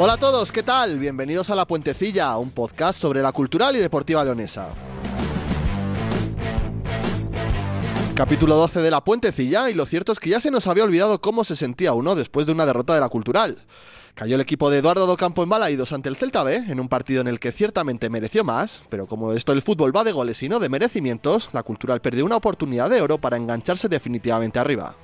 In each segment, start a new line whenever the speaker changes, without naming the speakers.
Hola a todos, ¿qué tal? Bienvenidos a La Puentecilla, un podcast sobre la cultural y deportiva leonesa. Capítulo 12 de La Puentecilla, y lo cierto es que ya se nos había olvidado cómo se sentía uno después de una derrota de la cultural. Cayó el equipo de Eduardo Docampo en Balaidos ante el Celta B, en un partido en el que ciertamente mereció más, pero como esto del fútbol va de goles y no de merecimientos, la cultural perdió una oportunidad de oro para engancharse definitivamente arriba.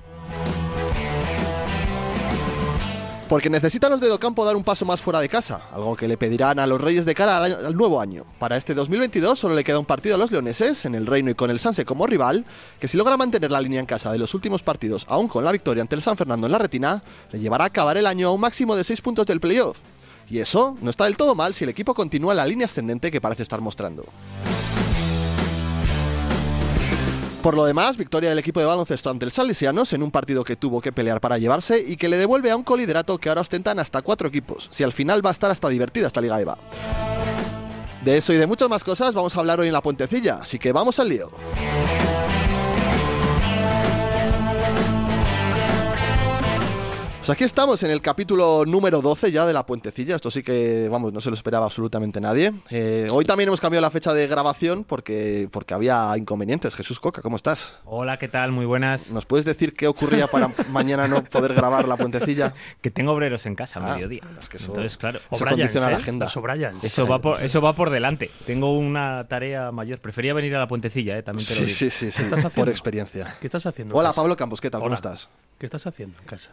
Porque necesitan los de Docampo dar un paso más fuera de casa, algo que le pedirán a los Reyes de cara al, año- al nuevo año. Para este 2022 solo le queda un partido a los leoneses, en el Reino y con el Sanse como rival, que si logra mantener la línea en casa de los últimos partidos, aún con la victoria ante el San Fernando en la retina, le llevará a acabar el año a un máximo de 6 puntos del playoff. Y eso no está del todo mal si el equipo continúa en la línea ascendente que parece estar mostrando. Por lo demás, victoria del equipo de baloncesto ante el Salesianos en un partido que tuvo que pelear para llevarse y que le devuelve a un coliderato que ahora ostentan hasta cuatro equipos, si al final va a estar hasta divertida esta Liga EVA. De eso y de muchas más cosas vamos a hablar hoy en La Puentecilla, así que vamos al lío. Pues aquí estamos en el capítulo número 12 ya de La Puentecilla. Esto sí que, vamos, no se lo esperaba absolutamente nadie. Eh, hoy también hemos cambiado la fecha de grabación porque, porque había inconvenientes. Jesús Coca, ¿cómo estás?
Hola, ¿qué tal? Muy buenas.
¿Nos puedes decir qué ocurría para mañana no poder grabar La Puentecilla?
Que tengo obreros en casa a
Ah,
mediodía.
es que eso-
Entonces, claro,
eso
O'Brien's,
condiciona la
¿eh?
agenda.
Los O'Brien's. Eso va por, eso va por delante. Tengo una tarea mayor. Prefería venir a la puentecilla, eh, también te lo
Sí,
digo.
sí, sí, sí,
estás
por
haciendo?
experiencia.
¿Qué estás haciendo? en
Hola
casa?
Pablo Campos, ¿qué tal? ¿Cómo
Hola.
estás?
¿Qué estás haciendo en casa?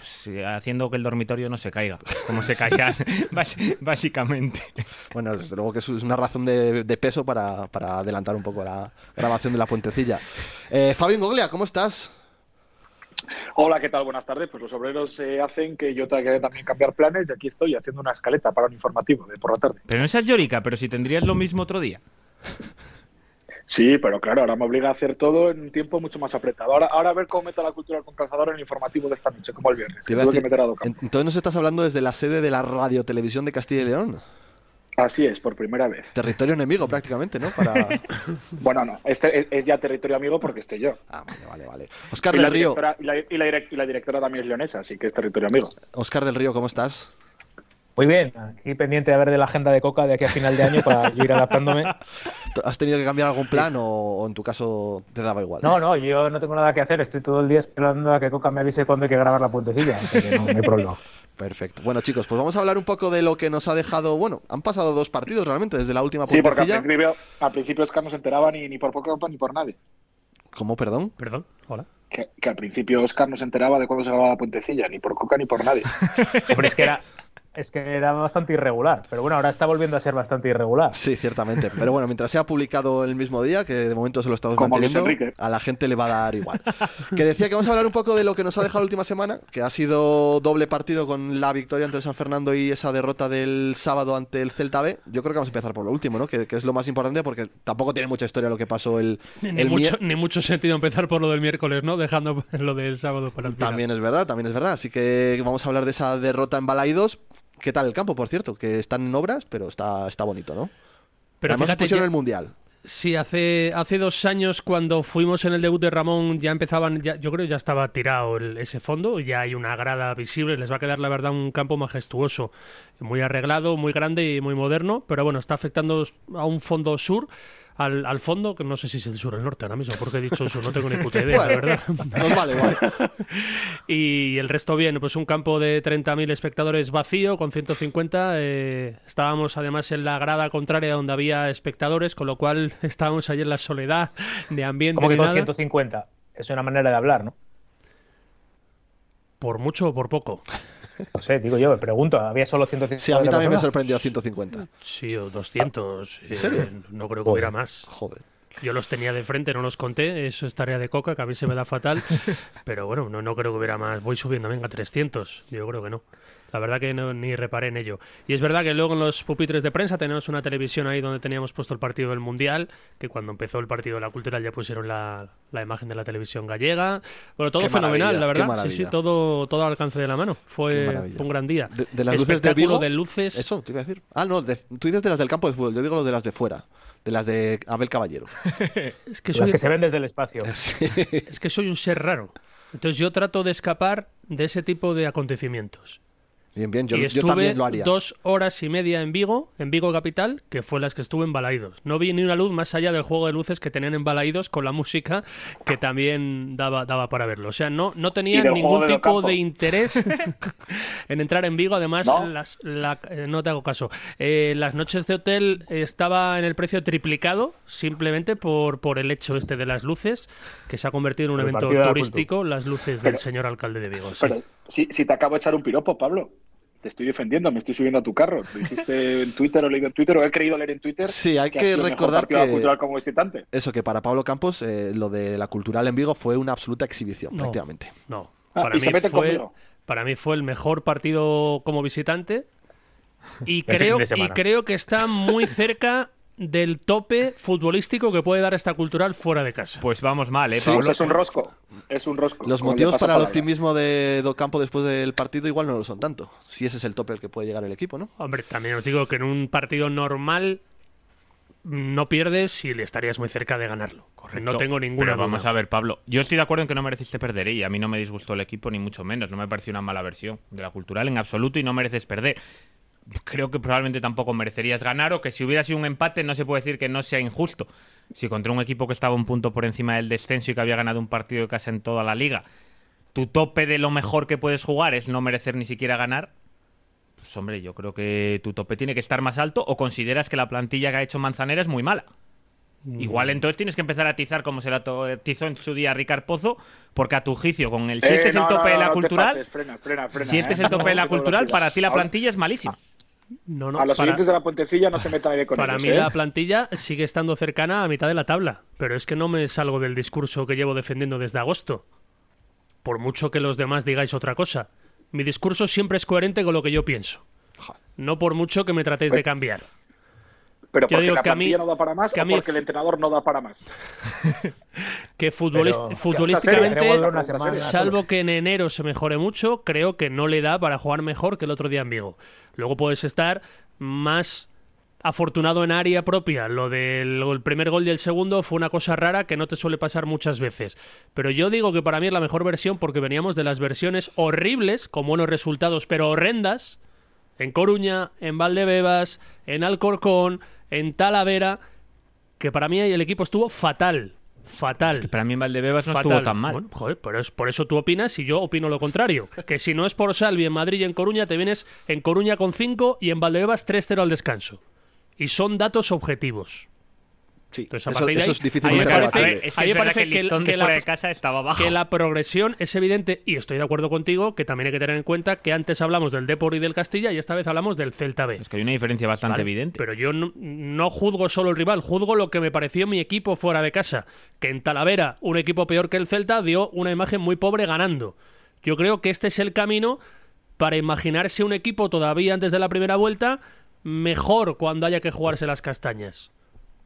Sí, Pues, eh, haciendo que el dormitorio no se caiga, como se caía bas- básicamente.
Bueno, desde luego que es una razón de, de peso para, para adelantar un poco la grabación de La Puentecilla. Eh, Fabián Goglia, ¿cómo estás?
Hola, ¿qué tal? Buenas tardes. Pues los obreros eh, hacen que yo tenga que también cambiar planes y aquí estoy haciendo una escaleta para un informativo de por la tarde.
Pero no seas llorica, pero si tendrías lo mismo otro día.
Sí, pero claro, ahora me obliga a hacer todo en un tiempo mucho más apretado. Ahora, ahora a ver cómo meto la cultura con calzador en el informativo de esta noche, como el
Te
viernes. Que
iba a
tuve que
decir-
meter a Docampo.
en- Entonces nos estás hablando desde la sede de la Radio Televisión de Castilla y León.
Así es, por primera vez.
Territorio enemigo prácticamente, ¿no? Para...
Bueno, no, este es, es ya territorio amigo porque estoy yo.
Ah, vale, vale, vale. Oscar
Y la,
del Río,
directora, y, la, y la direc- y la directora también es leonesa, así que es territorio amigo.
Oscar del Río, ¿cómo estás?
Muy bien, aquí pendiente de ver de la agenda de Coca de aquí a final de año para yo ir adaptándome.
¿Has tenido que cambiar algún plan o, o en tu caso te daba igual?
No, no, yo no tengo nada que hacer, estoy todo el día esperando a que Coca me avise cuándo hay que grabar la puentecilla, así que no, no hay problema.
Perfecto. Bueno, chicos, pues vamos a hablar un poco de lo que nos ha dejado. Bueno, han pasado dos partidos realmente desde la última
Sí, porque al
puentecilla.
principio, al principio es que no se enteraba ni, ni por poco ni por nadie.
¿Cómo, perdón?
Perdón, hola.
Que, que al principio Oscar no se enteraba de cuándo se grababa la puentecilla, ni por Coca ni por nadie.
Hombre, es que era,
es que era bastante irregular. Pero bueno, ahora está volviendo a ser bastante irregular.
Sí, ciertamente. Pero bueno, mientras sea publicado el mismo día, que de momento se lo estamos
Como Luis
manteniendo,
Enrique.
a la gente le va a dar igual. Que decía que vamos a hablar un poco de lo que nos ha dejado la última semana, que ha sido doble partido con la victoria ante el San Fernando y esa derrota del sábado ante el Celta B. Yo creo que vamos a empezar por lo último, ¿no? Que, que es lo más importante porque tampoco tiene mucha historia lo que pasó el,
Ni, ni
el mier-
mucho, ni mucho sentido empezar por lo del miércoles, ¿no? Dejando lo del sábado para el final.
También es verdad, también es verdad. Así que vamos a hablar de esa derrota en Balaidos. ¿Qué tal el campo, por cierto? Que están en obras, pero está, está bonito, ¿no?
Pero
Además
fíjate,
pusieron
ya-
el Mundial.
Sí, hace, hace dos años cuando fuimos en el debut de Ramón ya empezaban, ya- yo creo ya estaba tirado el- ese fondo, ya hay una grada visible, les va a quedar la verdad un campo majestuoso, muy arreglado, muy grande y muy moderno, pero bueno, está afectando a un fondo sur, al, al fondo, que no sé si es el sur o el norte ahora mismo, porque he dicho sur, no tengo ni puta idea, la
Bueno,
verdad.
Nos vale, vale.
Y el resto bien, pues un campo de 30.000 espectadores vacío, con 150. eh, estábamos además en la grada contraria donde había espectadores, con lo cual estábamos ahí en la soledad de ambiente.
Como que
ni
con
nada.
150. Es una manera de hablar, ¿no?
Por mucho o por poco.
No sé, digo yo, me pregunto. Había solo 150.
Sí, a mí también me
personas?
sorprendió 150.
Sí, o 200. eh,
serio?
no creo que hubiera más.
Joder.
Yo los tenía de frente, no los conté. Eso es tarea de coca, que a mí se me da fatal. Pero bueno, no, no creo que hubiera más. Voy subiendo, venga, 300. Yo creo que no. La verdad que no, ni reparé en ello. Y es verdad que luego en los pupitres de prensa tenemos una televisión ahí donde teníamos puesto el partido del Mundial, que cuando empezó el partido de la Cultural ya pues pusieron la, la imagen de la televisión gallega. Bueno, todo
Qué
fenomenal,
maravilla,
la
qué
verdad. Sí,
maravilla.
sí, todo, todo al alcance de la mano.
Qué
Fue,
maravilla.
fue un gran día.
De, de las luces de
Espectáculo
Vigo.
de luces.
Eso, te iba a decir. Ah, no, de- tú dices de las del campo de fútbol, yo digo los de las de fuera. De las de Abel Caballero.
Es que
Las
soy-
que se ven desde el espacio.
Sí.
es que soy un ser raro. Entonces yo trato de escapar de ese tipo de acontecimientos.
Bien, bien, yo,
y
yo
estuve
también lo haría.
dos horas y media en Vigo, en Vigo capital, que fue las que estuve en Balaídos. No vi ni una luz más allá del juego de luces que tenían en Balaídos con la música que también daba, daba para verlo. O sea, no, no tenía
Y del juego
ningún
de
tipo
Ocampo.
de interés en entrar en Vigo. Además,
¿No?
las, la- eh, no te hago caso. Eh, las noches de hotel estaba en el precio triplicado simplemente por, por el hecho este de las luces, que se ha convertido en un
El
evento
partido de la
turístico, las luces del
Pero-
señor alcalde de Vigo. sí.
Pero si, si te acabo de echar un piropo, Pablo, te estoy defendiendo, me estoy subiendo a tu carro. Lo dijiste en Twitter, o leído en Twitter, o he creído leer en Twitter.
Sí, hay
ha
que
sido el mejor
recordar
partido de la
que-
Cultural como visitante.
Eso que para Pablo Campos eh, lo de la cultural en Vigo fue una absoluta exhibición,
No.
prácticamente.
No.
Ah,
Para,
y se
mí
meten
fue,
conmigo.
para mí fue el mejor partido como visitante. Y
Este
fin
creo,
de
y
semana.
creo que está muy cerca del tope futbolístico que puede dar esta cultural fuera de casa.
Pues vamos mal, ¿eh,
Sí.
Pablo?
Pues es un rosco. Es un rosco.
Los
como le
motivos
paso
para el
palabra.
optimismo de Do Campo después del partido igual no lo son tanto. Si ese es el tope al que puede llegar el equipo, ¿no?
Hombre, también os digo que en un partido normal mm, no pierdes y le estarías muy cerca de ganarlo. No tengo ninguna
Pero vamos
duda.
a ver, Pablo. Yo estoy de acuerdo en que no mereciste perder ¿eh? y a mí no me disgustó el equipo ni mucho menos. No me pareció una mala versión de la cultural en absoluto y no mereces perder. Creo que probablemente tampoco merecerías ganar o que si hubiera sido un empate no se puede decir que no sea injusto. Si contra un equipo que estaba un punto por encima del descenso y que había ganado un partido de casa en toda la liga, tu tope de lo mejor que puedes jugar es no merecer ni siquiera ganar, pues hombre, yo creo que tu tope tiene que estar más alto o consideras que la plantilla que ha hecho Manzanera es muy mala.
Mm.
Igual entonces tienes que empezar a atizar como se la to- atizó en su día Ricard Pozo, porque a tu juicio, con el si
Eh,
este es el
no,
tope
no,
de la
no te
cultural,
pases, frena, frena, frena,
si este
eh.
es el tope de la
Vamos,
cultural,
velocidad.
para ti la
Ahora,
plantilla es malísima.
No, no,
A los
para-
oyentes de la puentecilla no se metan ahí con
Para
ellos,
mí
¿eh?
la plantilla sigue estando cercana a mitad de la tabla, pero es que no me salgo del discurso que llevo defendiendo desde agosto. Por mucho que los demás digáis otra cosa, mi discurso siempre es coherente con lo que yo pienso. No por mucho que me tratéis
Pues
de cambiar.
Pero
yo
porque
digo
la
que a mí-
plantilla no da para más
que a
o
mí-
porque el entrenador no da para más.
Que futbolist-
Pero-
futbolísticamente,
Queremos volver una semana.
salvo que en enero se mejore mucho, creo que no le da para jugar mejor que el otro día en Vigo. Luego puedes estar más afortunado en área propia. Lo del el primer gol y el segundo fue una cosa rara que no te suele pasar muchas veces. Pero yo digo que para mí es la mejor versión porque veníamos de las versiones horribles, con buenos resultados, pero horrendas, en Coruña, en Valdebebas, en Alcorcón, en Talavera, que para mí el equipo estuvo fatal. Fatal.
Es que para mí en Valdebebas no
Fatal.
estuvo tan mal.
Bueno, joder, pero es por eso tú opinas y yo opino lo contrario. Que si no es por Salvi en Madrid y en Coruña, te vienes en Coruña con 5 y en Valdebebas 3-0 al descanso. Y son datos objetivos.
Sí,
Entonces, a
eso-
partir de
eso
ahí,
es difícil
ahí me
de
parece-
rebatir.
a ver,
es que
ahí
es
me
verdad
parece
que el
que el-
listón de
que la-
fuera de casa estaba bajo.
que la progresión es evidente y estoy de acuerdo contigo que también hay que tener en cuenta que antes hablamos del Depor y del Castilla y esta vez hablamos del Celta B.
Es que hay una diferencia bastante
¿vale?
evidente.
Pero yo no, no juzgo solo el rival, juzgo lo que me pareció mi equipo fuera de casa. Que en Talavera, un equipo peor que el Celta, dio una imagen muy pobre ganando. Yo creo que este es el camino para imaginarse un equipo todavía antes de la primera vuelta mejor cuando haya que jugarse las castañas.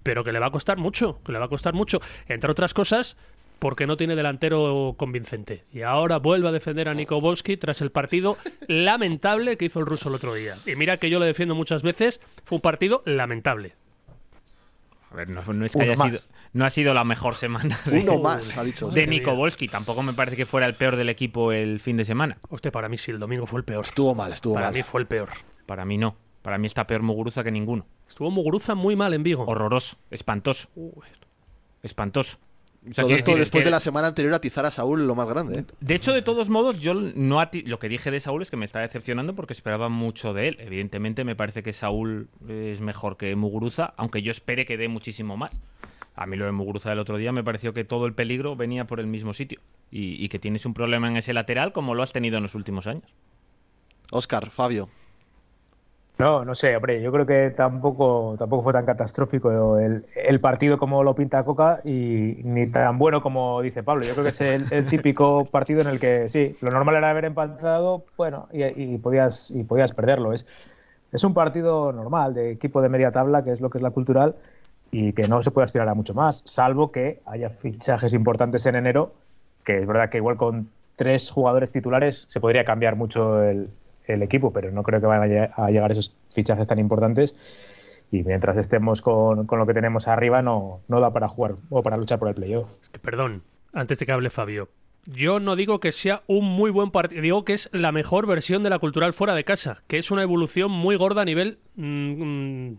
Pero que le va a costar mucho, que le va a costar mucho. Entre otras cosas, porque no tiene delantero convincente. Y ahora vuelve a defender a Nico Bosky tras el partido lamentable que hizo el ruso el otro día. Y mira que yo lo defiendo muchas veces, fue un partido lamentable.
A ver, no, no es que
Uno
haya
más.
sido, no ha sido la mejor semana de,
Uno más, ha dicho.
de Nikobolski. Tampoco me parece que fuera el peor del equipo el fin de semana.
Hostia, para mí sí, el domingo fue el peor.
Estuvo mal, estuvo
Para
mal.
mí fue el peor.
Para mí no. Para mí está peor Muguruza que ninguno.
Estuvo Muguruza muy mal en Vigo.
Horroroso, espantoso. Espantoso. O sea,
Todo
quiero
esto
decir,
después
que-
de la semana anterior atizar a Saúl lo más grande. ¿eh?
De hecho, de todos modos, yo no ati- lo que dije de Saúl es que me está decepcionando porque esperaba mucho de él. Evidentemente, me parece que Saúl es mejor que Muguruza, aunque yo espere que dé muchísimo más. A mí lo de Muguruza del otro día me pareció que todo el peligro venía por el mismo sitio y, y que tienes un problema en ese lateral como lo has tenido en los últimos años.
Oscar, Fabio.
No, no sé, hombre, yo creo que tampoco, tampoco fue tan catastrófico el, el partido como lo pinta Coca y ni tan bueno como dice Pablo. Yo creo que es el, el típico partido en el que sí, lo normal era haber empatado, bueno, y, y podías, y podías perderlo. Es, es un partido normal de equipo de media tabla, que es lo que es la cultural, y que no se puede aspirar a mucho más, salvo que haya fichajes importantes en enero, que es verdad que igual con tres jugadores titulares se podría cambiar mucho el, el equipo, pero no creo que vayan a, lle- a llegar esos fichajes tan importantes. Y mientras estemos con, con lo que tenemos arriba, no, no da para jugar o para luchar por el playoff.
Que, Perdón, antes de que hable Fabio. Yo no digo que sea un muy buen partido, digo que es la mejor versión de la cultural fuera de casa, que es una evolución muy gorda a nivel mm, mm,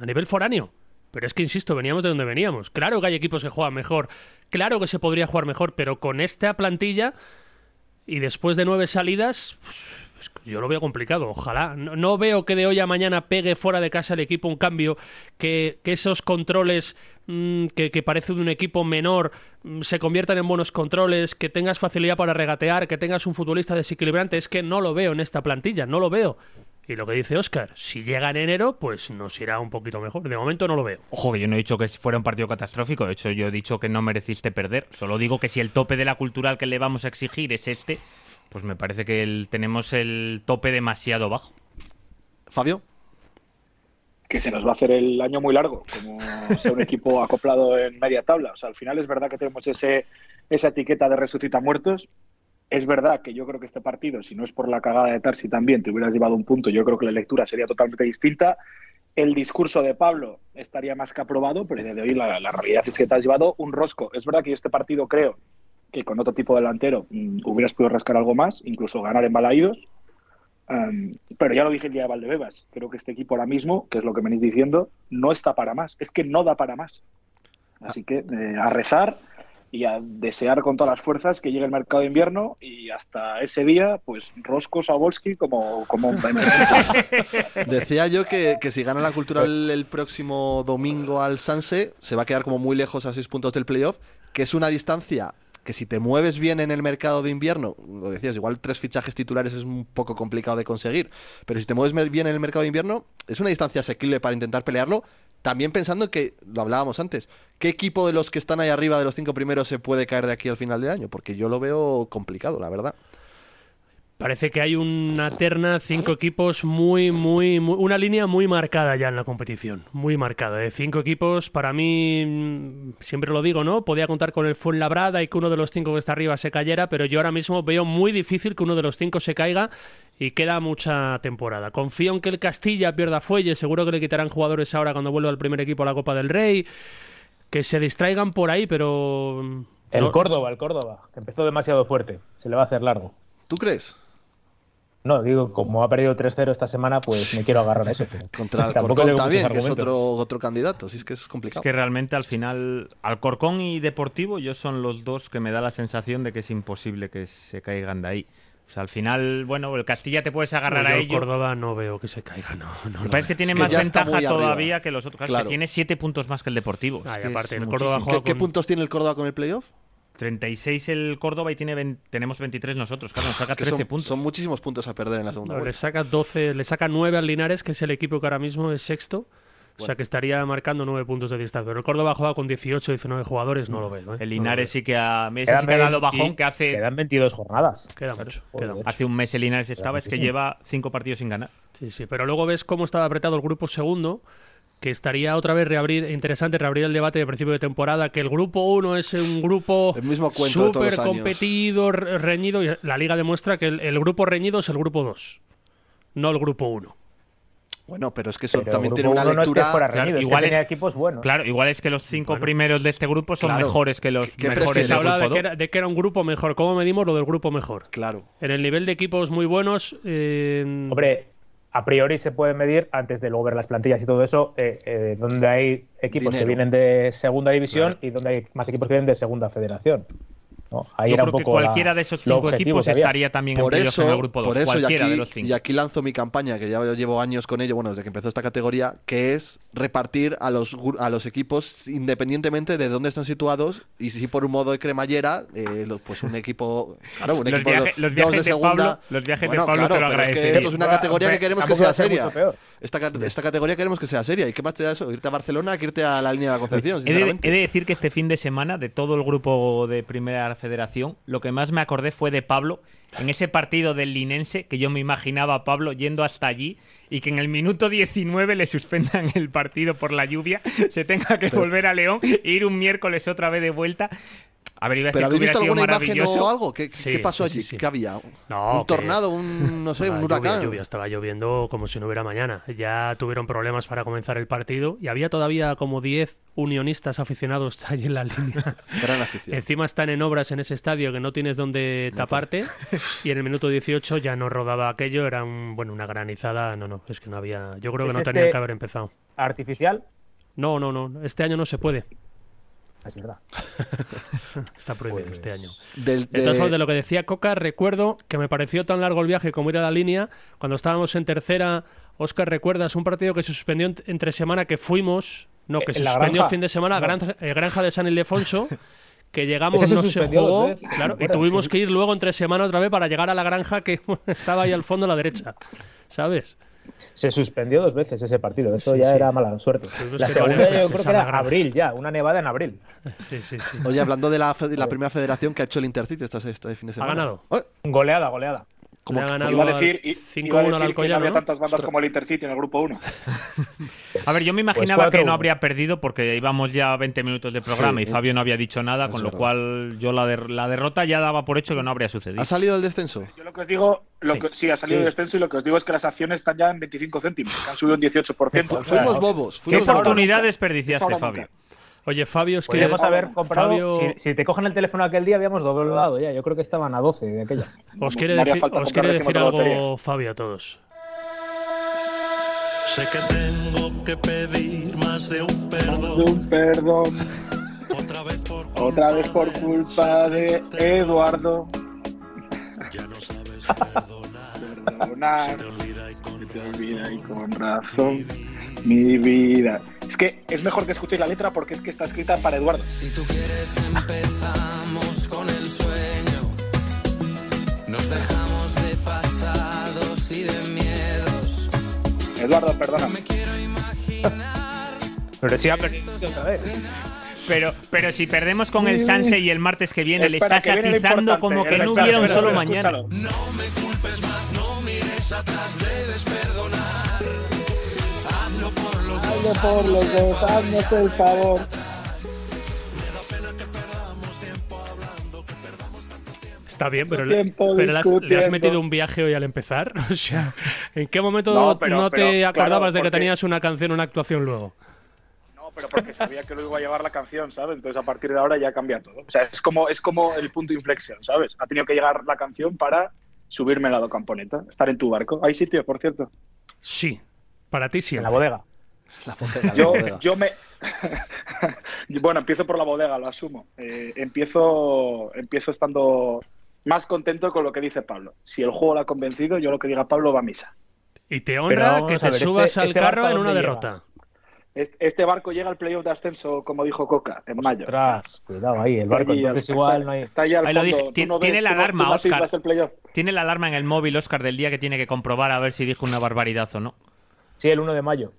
a nivel foráneo. Pero es que insisto, veníamos de donde veníamos. Claro que hay equipos que juegan mejor, claro que se podría jugar mejor, pero con esta plantilla y después de nueve salidas, pues, pues, yo lo veo complicado. Ojalá. No, no veo que de hoy a mañana pegue fuera de casa el equipo un cambio, que, que esos controles mm, que, que parece de un equipo menor mm, se conviertan en buenos controles, que tengas facilidad para regatear, que tengas un futbolista desequilibrante. Es que no lo veo en esta plantilla, no lo veo. Y lo que dice Oscar, si llega en enero, pues nos irá un poquito mejor. De momento no lo veo.
Ojo, que yo no he dicho que fuera un partido catastrófico, de hecho yo he dicho que no mereciste perder. Solo digo que si el tope de la cultural que le vamos a exigir es este, pues me parece que el- tenemos el tope demasiado bajo.
Fabio.
que se nos va a hacer el año muy largo, como sea un equipo acoplado en media tabla. O sea, al final es verdad que tenemos ese, esa etiqueta de resucita muertos. Es verdad que yo creo que este partido, si no es por la cagada de Tarsi también, te hubieras llevado un punto, yo creo que la lectura sería totalmente distinta. El discurso de Pablo estaría más que aprobado, pero a día de hoy la, la realidad es que te has llevado un rosco. Es verdad que yo este partido creo que con otro tipo de delantero mm, hubieras podido rascar algo más, incluso ganar en balaídos, Um, pero ya lo dije el día de Valdebebas. Creo que este equipo ahora mismo, que es lo que venís diciendo, no está para más. Es que no da para más. Así que eh, a rezar y a desear con todas las fuerzas que llegue el mercado de invierno y hasta ese día, pues Rosco Sabolski como, como un
Decía yo que, que si gana la cultural el próximo domingo al Sanse, se va a quedar como muy lejos a seis puntos del playoff, que es una distancia que si te mueves bien en el mercado de invierno, lo decías, igual tres fichajes titulares es un poco complicado de conseguir, pero si te mueves mer- bien en el mercado de invierno, es una distancia asequible para intentar pelearlo. También pensando que, lo hablábamos antes, ¿qué equipo de los que están ahí arriba, de los cinco primeros, se puede caer de aquí al final del año? Porque yo lo veo complicado, la verdad.
Parece que hay una terna, cinco equipos muy, muy, muy- una línea muy marcada ya en la competición, muy marcada. De cinco equipos, para mí, mm, siempre lo digo, ¿no? Podía contar con el Fuenlabrada y que uno de los cinco que está arriba se cayera, pero yo ahora mismo veo muy difícil que uno de los cinco se caiga y queda mucha temporada. Confío en que el Castilla pierda fuelle, seguro que le quitarán jugadores ahora cuando vuelva al primer equipo a la Copa del Rey, que se distraigan por ahí, pero... mm,
El
no-
Córdoba, el Córdoba, que empezó demasiado fuerte, se le va a hacer largo.
¿Tú crees?
No, digo, como ha perdido 3-0 esta semana, pues me quiero agarrar a eso. pero
Contra el
tampoco
Corcón
tengo muchos
también, que es
argumentos.
otro, otro candidato, si es que es complicado.
Es que realmente al final Alcorcón y Deportivo yo son los dos que me da la sensación de que es imposible que se caigan de ahí. O sea, al final, bueno, el Castilla te puedes agarrar
No, yo
a ello.
Córdoba no veo que se caiga, no. no
Lo que
lo
pasa es que
veo.
tiene
que
más
ya está
ventaja
muy arriba.
todavía que los otros. Claro, es
Claro.
que tiene 7 puntos más que el Deportivo.
Ah,
Es
y
que es
aparte, el Córdoba
muchísimo.
juega
¿Qué, qué
con-
puntos tiene el Córdoba con el playoff?
36 el Córdoba y tiene 20 tenemos 23 nosotros. Claro, nos saca
Que
13
son,
puntos.
son muchísimos puntos a perder en la segunda
No, le
vuelta.
saca 12, le saca 9 al Linares, que es el equipo que ahora mismo es sexto. O sea que estaría marcando 9 puntos de distancia. Pero el Córdoba juega con 18, 19 jugadores, no lo veo. ¿eh?
El
No lo veo.
Linares sí que ha, ese
Quedan
sí que ha dado
20,
bajón, que hace,
Quedan 22 jornadas.
Queda mucho,
Joder,
queda mucho.
hace un mes el Linares estaba, es que
muchísimo.
lleva 5 partidos sin ganar.
Sí, sí, pero luego ves cómo estaba apretado el grupo segundo, que estaría otra vez reabrir, interesante reabrir el debate de principio de temporada, que el grupo uno es un grupo
El mismo cuento de todos los
súper
años.
competido, re- reñido, y la liga demuestra que el, el grupo reñido es el grupo 2, no el grupo 1.
Bueno, pero es que eso
Pero
también
grupo
tiene una
uno no es que
lectura.
fuera
Claro,
reñido, es que
igual es-
tenía equipos buenos.
Claro, igual es que los 5
Bueno.
primeros de este grupo son
Claro.
mejores que los
¿Qué
mejores
prefieres?
Se
del
hablaba
grupo
de que,
dos.
era, de que era un grupo mejor. ¿Cómo medimos lo del grupo mejor?
Claro.
En el nivel de equipos muy buenos. eh,
Hombre, a priori se puede medir, antes de luego ver las plantillas y todo eso, eh, eh, donde hay equipos que
Dinero.
vienen de segunda división
Claro.
y donde hay más equipos que vienen de segunda federación. ¿no? Ahí
Yo
era
creo
un
que
poco la-
cualquiera de esos
lo
cinco
objetivo
equipos
que había.
estaría también
Por
incluidos
eso,
en el grupo 2.
por eso y
Cualquiera de los
aquí,
cinco.
y aquí lanzo mi campaña, que ya llevo años con ello, bueno, desde que empezó esta categoría, que es repartir a los, gru- a los equipos independientemente de dónde están situados y si por un modo de cremallera, eh, los- pues un equipo, claro, un
Los
equipo
viaje- los
dos
viajes
de
de
segunda.
Pablo- los viajes de
Bueno,
Pablo
claro,
te lo
pero es que
agradeceré.
esto es una categoría que
Hombre,
queremos que
tampoco va
sea
a ser
seria.
mucho peor.
Esta, ca- esta categoría queremos que sea seria. ¿Y qué más te da eso? Irte a Barcelona, que irte a la línea de la Concepción,
Pues
He de,
sinceramente.
he de decir que este fin de semana, de todo el grupo de Primera Federación, lo que más me acordé fue de Pablo en ese partido del Linense, que yo me imaginaba a Pablo yendo hasta allí y que en el minuto 19 le suspendan el partido por la lluvia, se tenga que volver a León e ir un miércoles otra vez de vuelta. A ver, iba a decir
¿Pero
que
habéis
hubiera
visto
sido
alguna imagen
maravilloso.
o algo? ¿Qué, qué-
Sí,
qué pasó
sí, sí,
allí?
sí.
¿Qué había?
No,
¿Un
que-
tornado? ¿Un, no sé,
Ah,
un
lluvia,
huracán?
lluvia, estaba lloviendo como si no hubiera mañana. Ya tuvieron problemas para comenzar el partido y había todavía como 10 unionistas aficionados allí en la línea.
Gran afición.
Encima están en obras en ese estadio que no tienes donde taparte y en el minuto 18 ya no rodaba aquello, era un, bueno, una granizada, no, no, es que no había, yo creo que
¿Es
no
este-
tenía que haber empezado.
Artificial,
No, no, no, este año no se puede,
Ah, es verdad.
está prohibido
Pues-
este año.
Del- de-
Entonces, de lo que decía Coca, recuerdo que me pareció tan largo el viaje como ir a la línea. Cuando estábamos en tercera, Oscar, ¿recuerdas un partido que se suspendió en- entre semana que fuimos? No, que
¿En
se
la
suspendió
granja?
el fin de semana,
No.
granja, eh, granja de San Ildefonso. Que llegamos,
Ese se
no se
suspendió dos
jugó,
veces,
claro, y
¿recuerdas?
tuvimos que ir luego entre semana otra vez para llegar a la granja que estaba ahí al fondo a la derecha, ¿sabes?
Se suspendió dos veces ese partido, eso
Sí,
ya
sí.
era mala suerte.
Tuvimos
La
que ir
segunda
varias
yo creo
veces
que
a la
era
granja.
abril ya, una nevada en abril.
Sí, sí, sí.
Oye, hablando de la, fe- de la primera federación que ha hecho el Intercity esta- este fin de semana.
ganado.
Eh,
Goleada, goleada.
como
Le ha
que-
ganado
Iba a
al
decir, i- iba a
5-1 al
decir que no
Alcoyano,
había
¿no?
tantas bandas como el Intercity en el grupo 1.
A ver, yo
Pues
me imaginaba que
4-1.
no habría perdido porque íbamos ya 20 minutos de programa
Sí,
y Fabio no había dicho nada,
es
con lo
verdad.
cual yo la, der- la derrota ya daba por hecho que no habría sucedido.
¿Ha salido del descenso?
Yo lo que os digo, lo
Sí.
que sí, ha salido
Sí.
el descenso y lo que os digo es que las acciones están ya en 25 céntimos, que han subido un 18%.
Fu-
O sea,
fuimos
no.
bobos.
¿Qué
Fuimos bobos.
oportunidad
Esa hora
desperdiciaste,
nunca.
Fabio?
Oye, Fabio, es que
Podríamos
Fabio-
haber comprado.
Fabio-
Si, si te cogen el teléfono aquel día, habíamos doblado ya. Yo creo que estaban a 12 de aquella.
Os quiere,
No haría
decir-
falta
os
comprar
quiere
décimas
decir
a la lotería.
algo, Fabio, a todos.
Sé que tengo que pedir más de un
De
perdón.
un perdón,
Otra vez por culpa
otra vez por culpa de Eduardo.
Ya no sabes perdonar.
Perdonar,
Te olvida y con
te olvida y con razón mi vida. Es que es mejor que escuchéis la letra porque es que está escrita para Eduardo.
Si tú quieres empezamos con el sueño. Nos dejamos de pasados y de miedos.
Eduardo, perdóname.
Pero sí ha perdido otra vez.
Pero, pero si perdemos con el Sanse y el martes que viene,
Espera,
le estás
que viene lo
atizando
importante.
como que
Espera,
no hubiera un
espera,
solo
espera,
mañana.
escúchalo. Hazlo por los dos, haznos el favor.
Está bien, pero, le,
Tiempo
pero le has,
discutiendo.
le has metido un viaje hoy al empezar. O sea, ¿en qué momento no,
No, pero-
te
pero,
acordabas
claro,
de que
porque-
tenías una canción, una actuación luego?
No, pero porque sabía que lo iba a llevar la canción, ¿sabes? Entonces a partir de ahora ya cambia todo. O sea, es como, es como el punto de inflexión, ¿sabes? Ha tenido que llegar la canción para subirme al lado camponeta, estar en tu barco. Hay sitio, por cierto.
Sí, para ti sí.
En la bodega.
La bodega, la
Yo,
bodega.
yo me. bueno, empiezo por la bodega, lo asumo. Eh, empiezo, empiezo estando más contento con lo que dice Pablo. Si el juego lo ha convencido, yo lo que diga Pablo va a misa.
Y te
Pero
honra
vamos
que
a
te
ver,
subas
este-
al
este
carro
barco
en una
dónde
derrota.
Est- Este barco llega al playoff de ascenso, como dijo Coca, en mayo.
Ostras, cuidado ahí, el barco.
Está allí,
Entonces
está-
igual no hay.
Está allá al
Ahí lo
fondo.
dije.
Tú
Tien-
no ves-
tiene la
tú no- tú
alarma,
no
Óscar.
vislumbras el playoff.
Tiene la alarma en el móvil, Oscar, del día que tiene que comprobar a ver si dijo una barbaridad o no.
Sí, el 1 de mayo.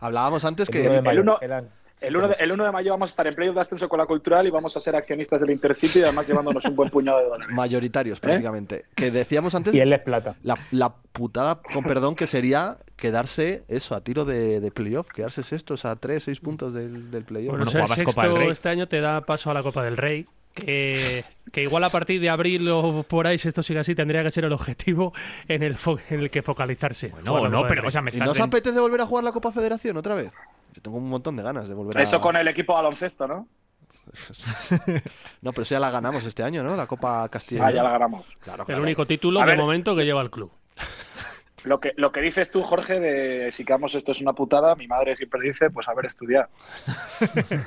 Hablábamos antes
El 1 de
que.
mayo.
uno-
quedan-
El 1, de, el 1 de mayo vamos a estar en playoff de ascenso con la cultural y vamos a ser accionistas del Intercity, además llevándonos un buen puñado de dólares.
Mayoritarios,
¿Eh?
prácticamente. Que decíamos antes.
Y él es plata.
La, la putada, con perdón, que sería quedarse eso, a tiro de, de playoff, quedarse sextos a tres, seis puntos del, del playoff.
Bueno,
no
ser
jugabas Copa
sexto
del Rey.
este año te da paso a la Copa del Rey. Que, que igual a partir de abril o por ahí, si esto sigue así, tendría que ser el objetivo en el, fo- en el que focalizarse.
No,
Jugar la
no,
Copa del
pero
Rey.
o sea, me
¿Y
estás
no os
ven-
apetece volver a jugar la Copa Federación otra vez? Yo tengo un montón de ganas de volver a
Eso con el equipo baloncesto, ¿no?
No, pero eso ya la ganamos este año, ¿no? La Copa Castilla.
Ah, ya la ganamos.
Claro,
el
claro.
único título
A
de
ver.
momento que lleva el club.
Lo que, lo que dices tú, Jorge, de si quedamos esto es una putada, mi madre siempre dice, pues haber estudiado.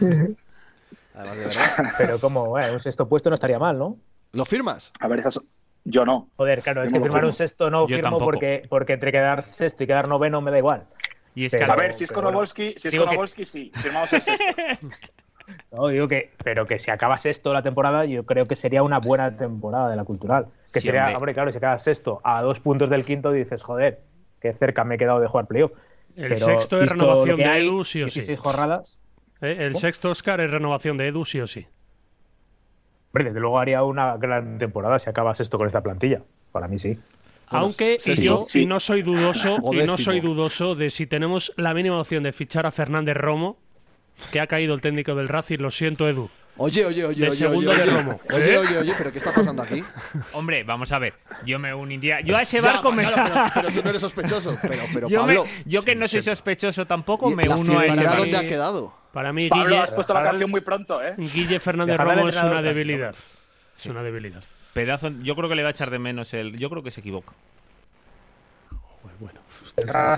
Además, de verdad.
Pero como, bueno, un sexto puesto no estaría mal, ¿no?
¿Lo firmas?
A ver, esas... Yo no.
Joder, claro, es
Yo
que
no lo
firmar
firmo.
un sexto no
Yo
firmo
tampoco.
porque, porque entre quedar sexto y quedar noveno me da igual.
Y es que
Pero-
A
al-
ver, si es
pero
con
bueno.
Obolski, si es
Digo
con
que-
Obolski, sí, firmamos el sexto.
No, digo que, pero que si acaba sexto la temporada, yo creo que sería una buena temporada de la cultural. Que
Sí,
sería,
hombre.
hombre. claro, si acabas sexto a dos puntos del quinto, dices, joder, qué cerca me he quedado de jugar playoff.
El
Pero
sexto es
visto lo
renovación
que
de
hay,
Edu, sí o sí.
16 jornadas.
¿Eh? El sexto Oscar es renovación de Edu, sí o sí.
Hombre, desde luego haría una gran temporada si acabas sexto con esta plantilla. Para mí sí.
Bueno,
Aunque y
sexto.
yo
Sí.
y no soy dudoso
O
y no soy
décimo.
dudoso de si tenemos la mínima opción de fichar a Fernández Romo, que ha caído el técnico del Racing, lo siento Edu.
Oye, oye, oye,
De
oye.
segundo
oye,
de
oye.
Romo.
Oye, oye, oye, pero ¿qué está pasando aquí?
hombre, vamos a ver. Yo me uniría. Yo a ese
Ya,
barco me.
claro, pero, pero tú no eres sospechoso. Pero, pero
yo, me-
Pablo.
yo que no soy sospechoso tampoco,
¿y
me
la
uno a ese
para
fidelidad
barco.
mí-
dónde ha quedado?
Para mí
Pablo,
Guille,
has puesto la canción muy pronto, ¿eh?
Guille Fernández
Dejar al
Romo es una
entrenador tranquilo.
debilidad. Es una debilidad.
Pedazo. Yo creo que le va a echar de menos el. Yo creo que se equivoca.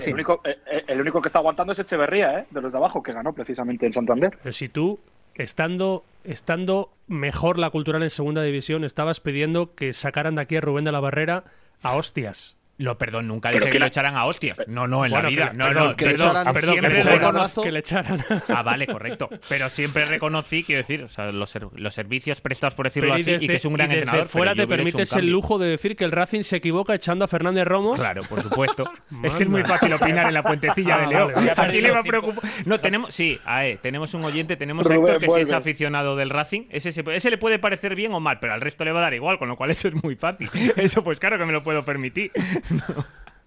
El único, eh, eh, el único que está aguantando es Echeverría, ¿eh? De los de abajo, que ganó precisamente en Santander.
Pero si tú, estando, estando mejor la cultural en segunda división, estabas pidiendo que sacaran de aquí a Rubén de la Barrera a hostias.
Lo perdón, nunca
Pero
dije que
que
lo
la-
echaran a hostias. No, no, en
Bueno,
la
que
vida.
le-
no,
perdón,
no,
que le
perdón,
echaran-
perdón,
Perdón, que le,
siempre
echaran-
reconozco-
abrazo.
que le echaran.
Ah, vale, correcto. Pero siempre reconocí, quiero decir, o sea, los, ser- los servicios prestados, por decirlo
Pero
así, y que es un gran
y desde
entrenador.
fuera
pero
te
yo hubiera hecho un
permites el
cambio.
lujo de decir que el Racing se equivoca echando a Fernández Romo.
Claro, por supuesto. es que
Manda.
es muy fácil opinar en la puentecilla
Ah,
de León.
vale, vale.
¿A quién le va a preocupar? No, tenemos, sí, a él, tenemos un oyente, tenemos a
Rubén,
Héctor que sí es
vuelve.
aficionado del Racing. Ese, se- ese le puede parecer bien o mal, pero al resto le va a dar igual, con lo cual eso es muy fácil. Eso, pues claro que me lo puedo permitir.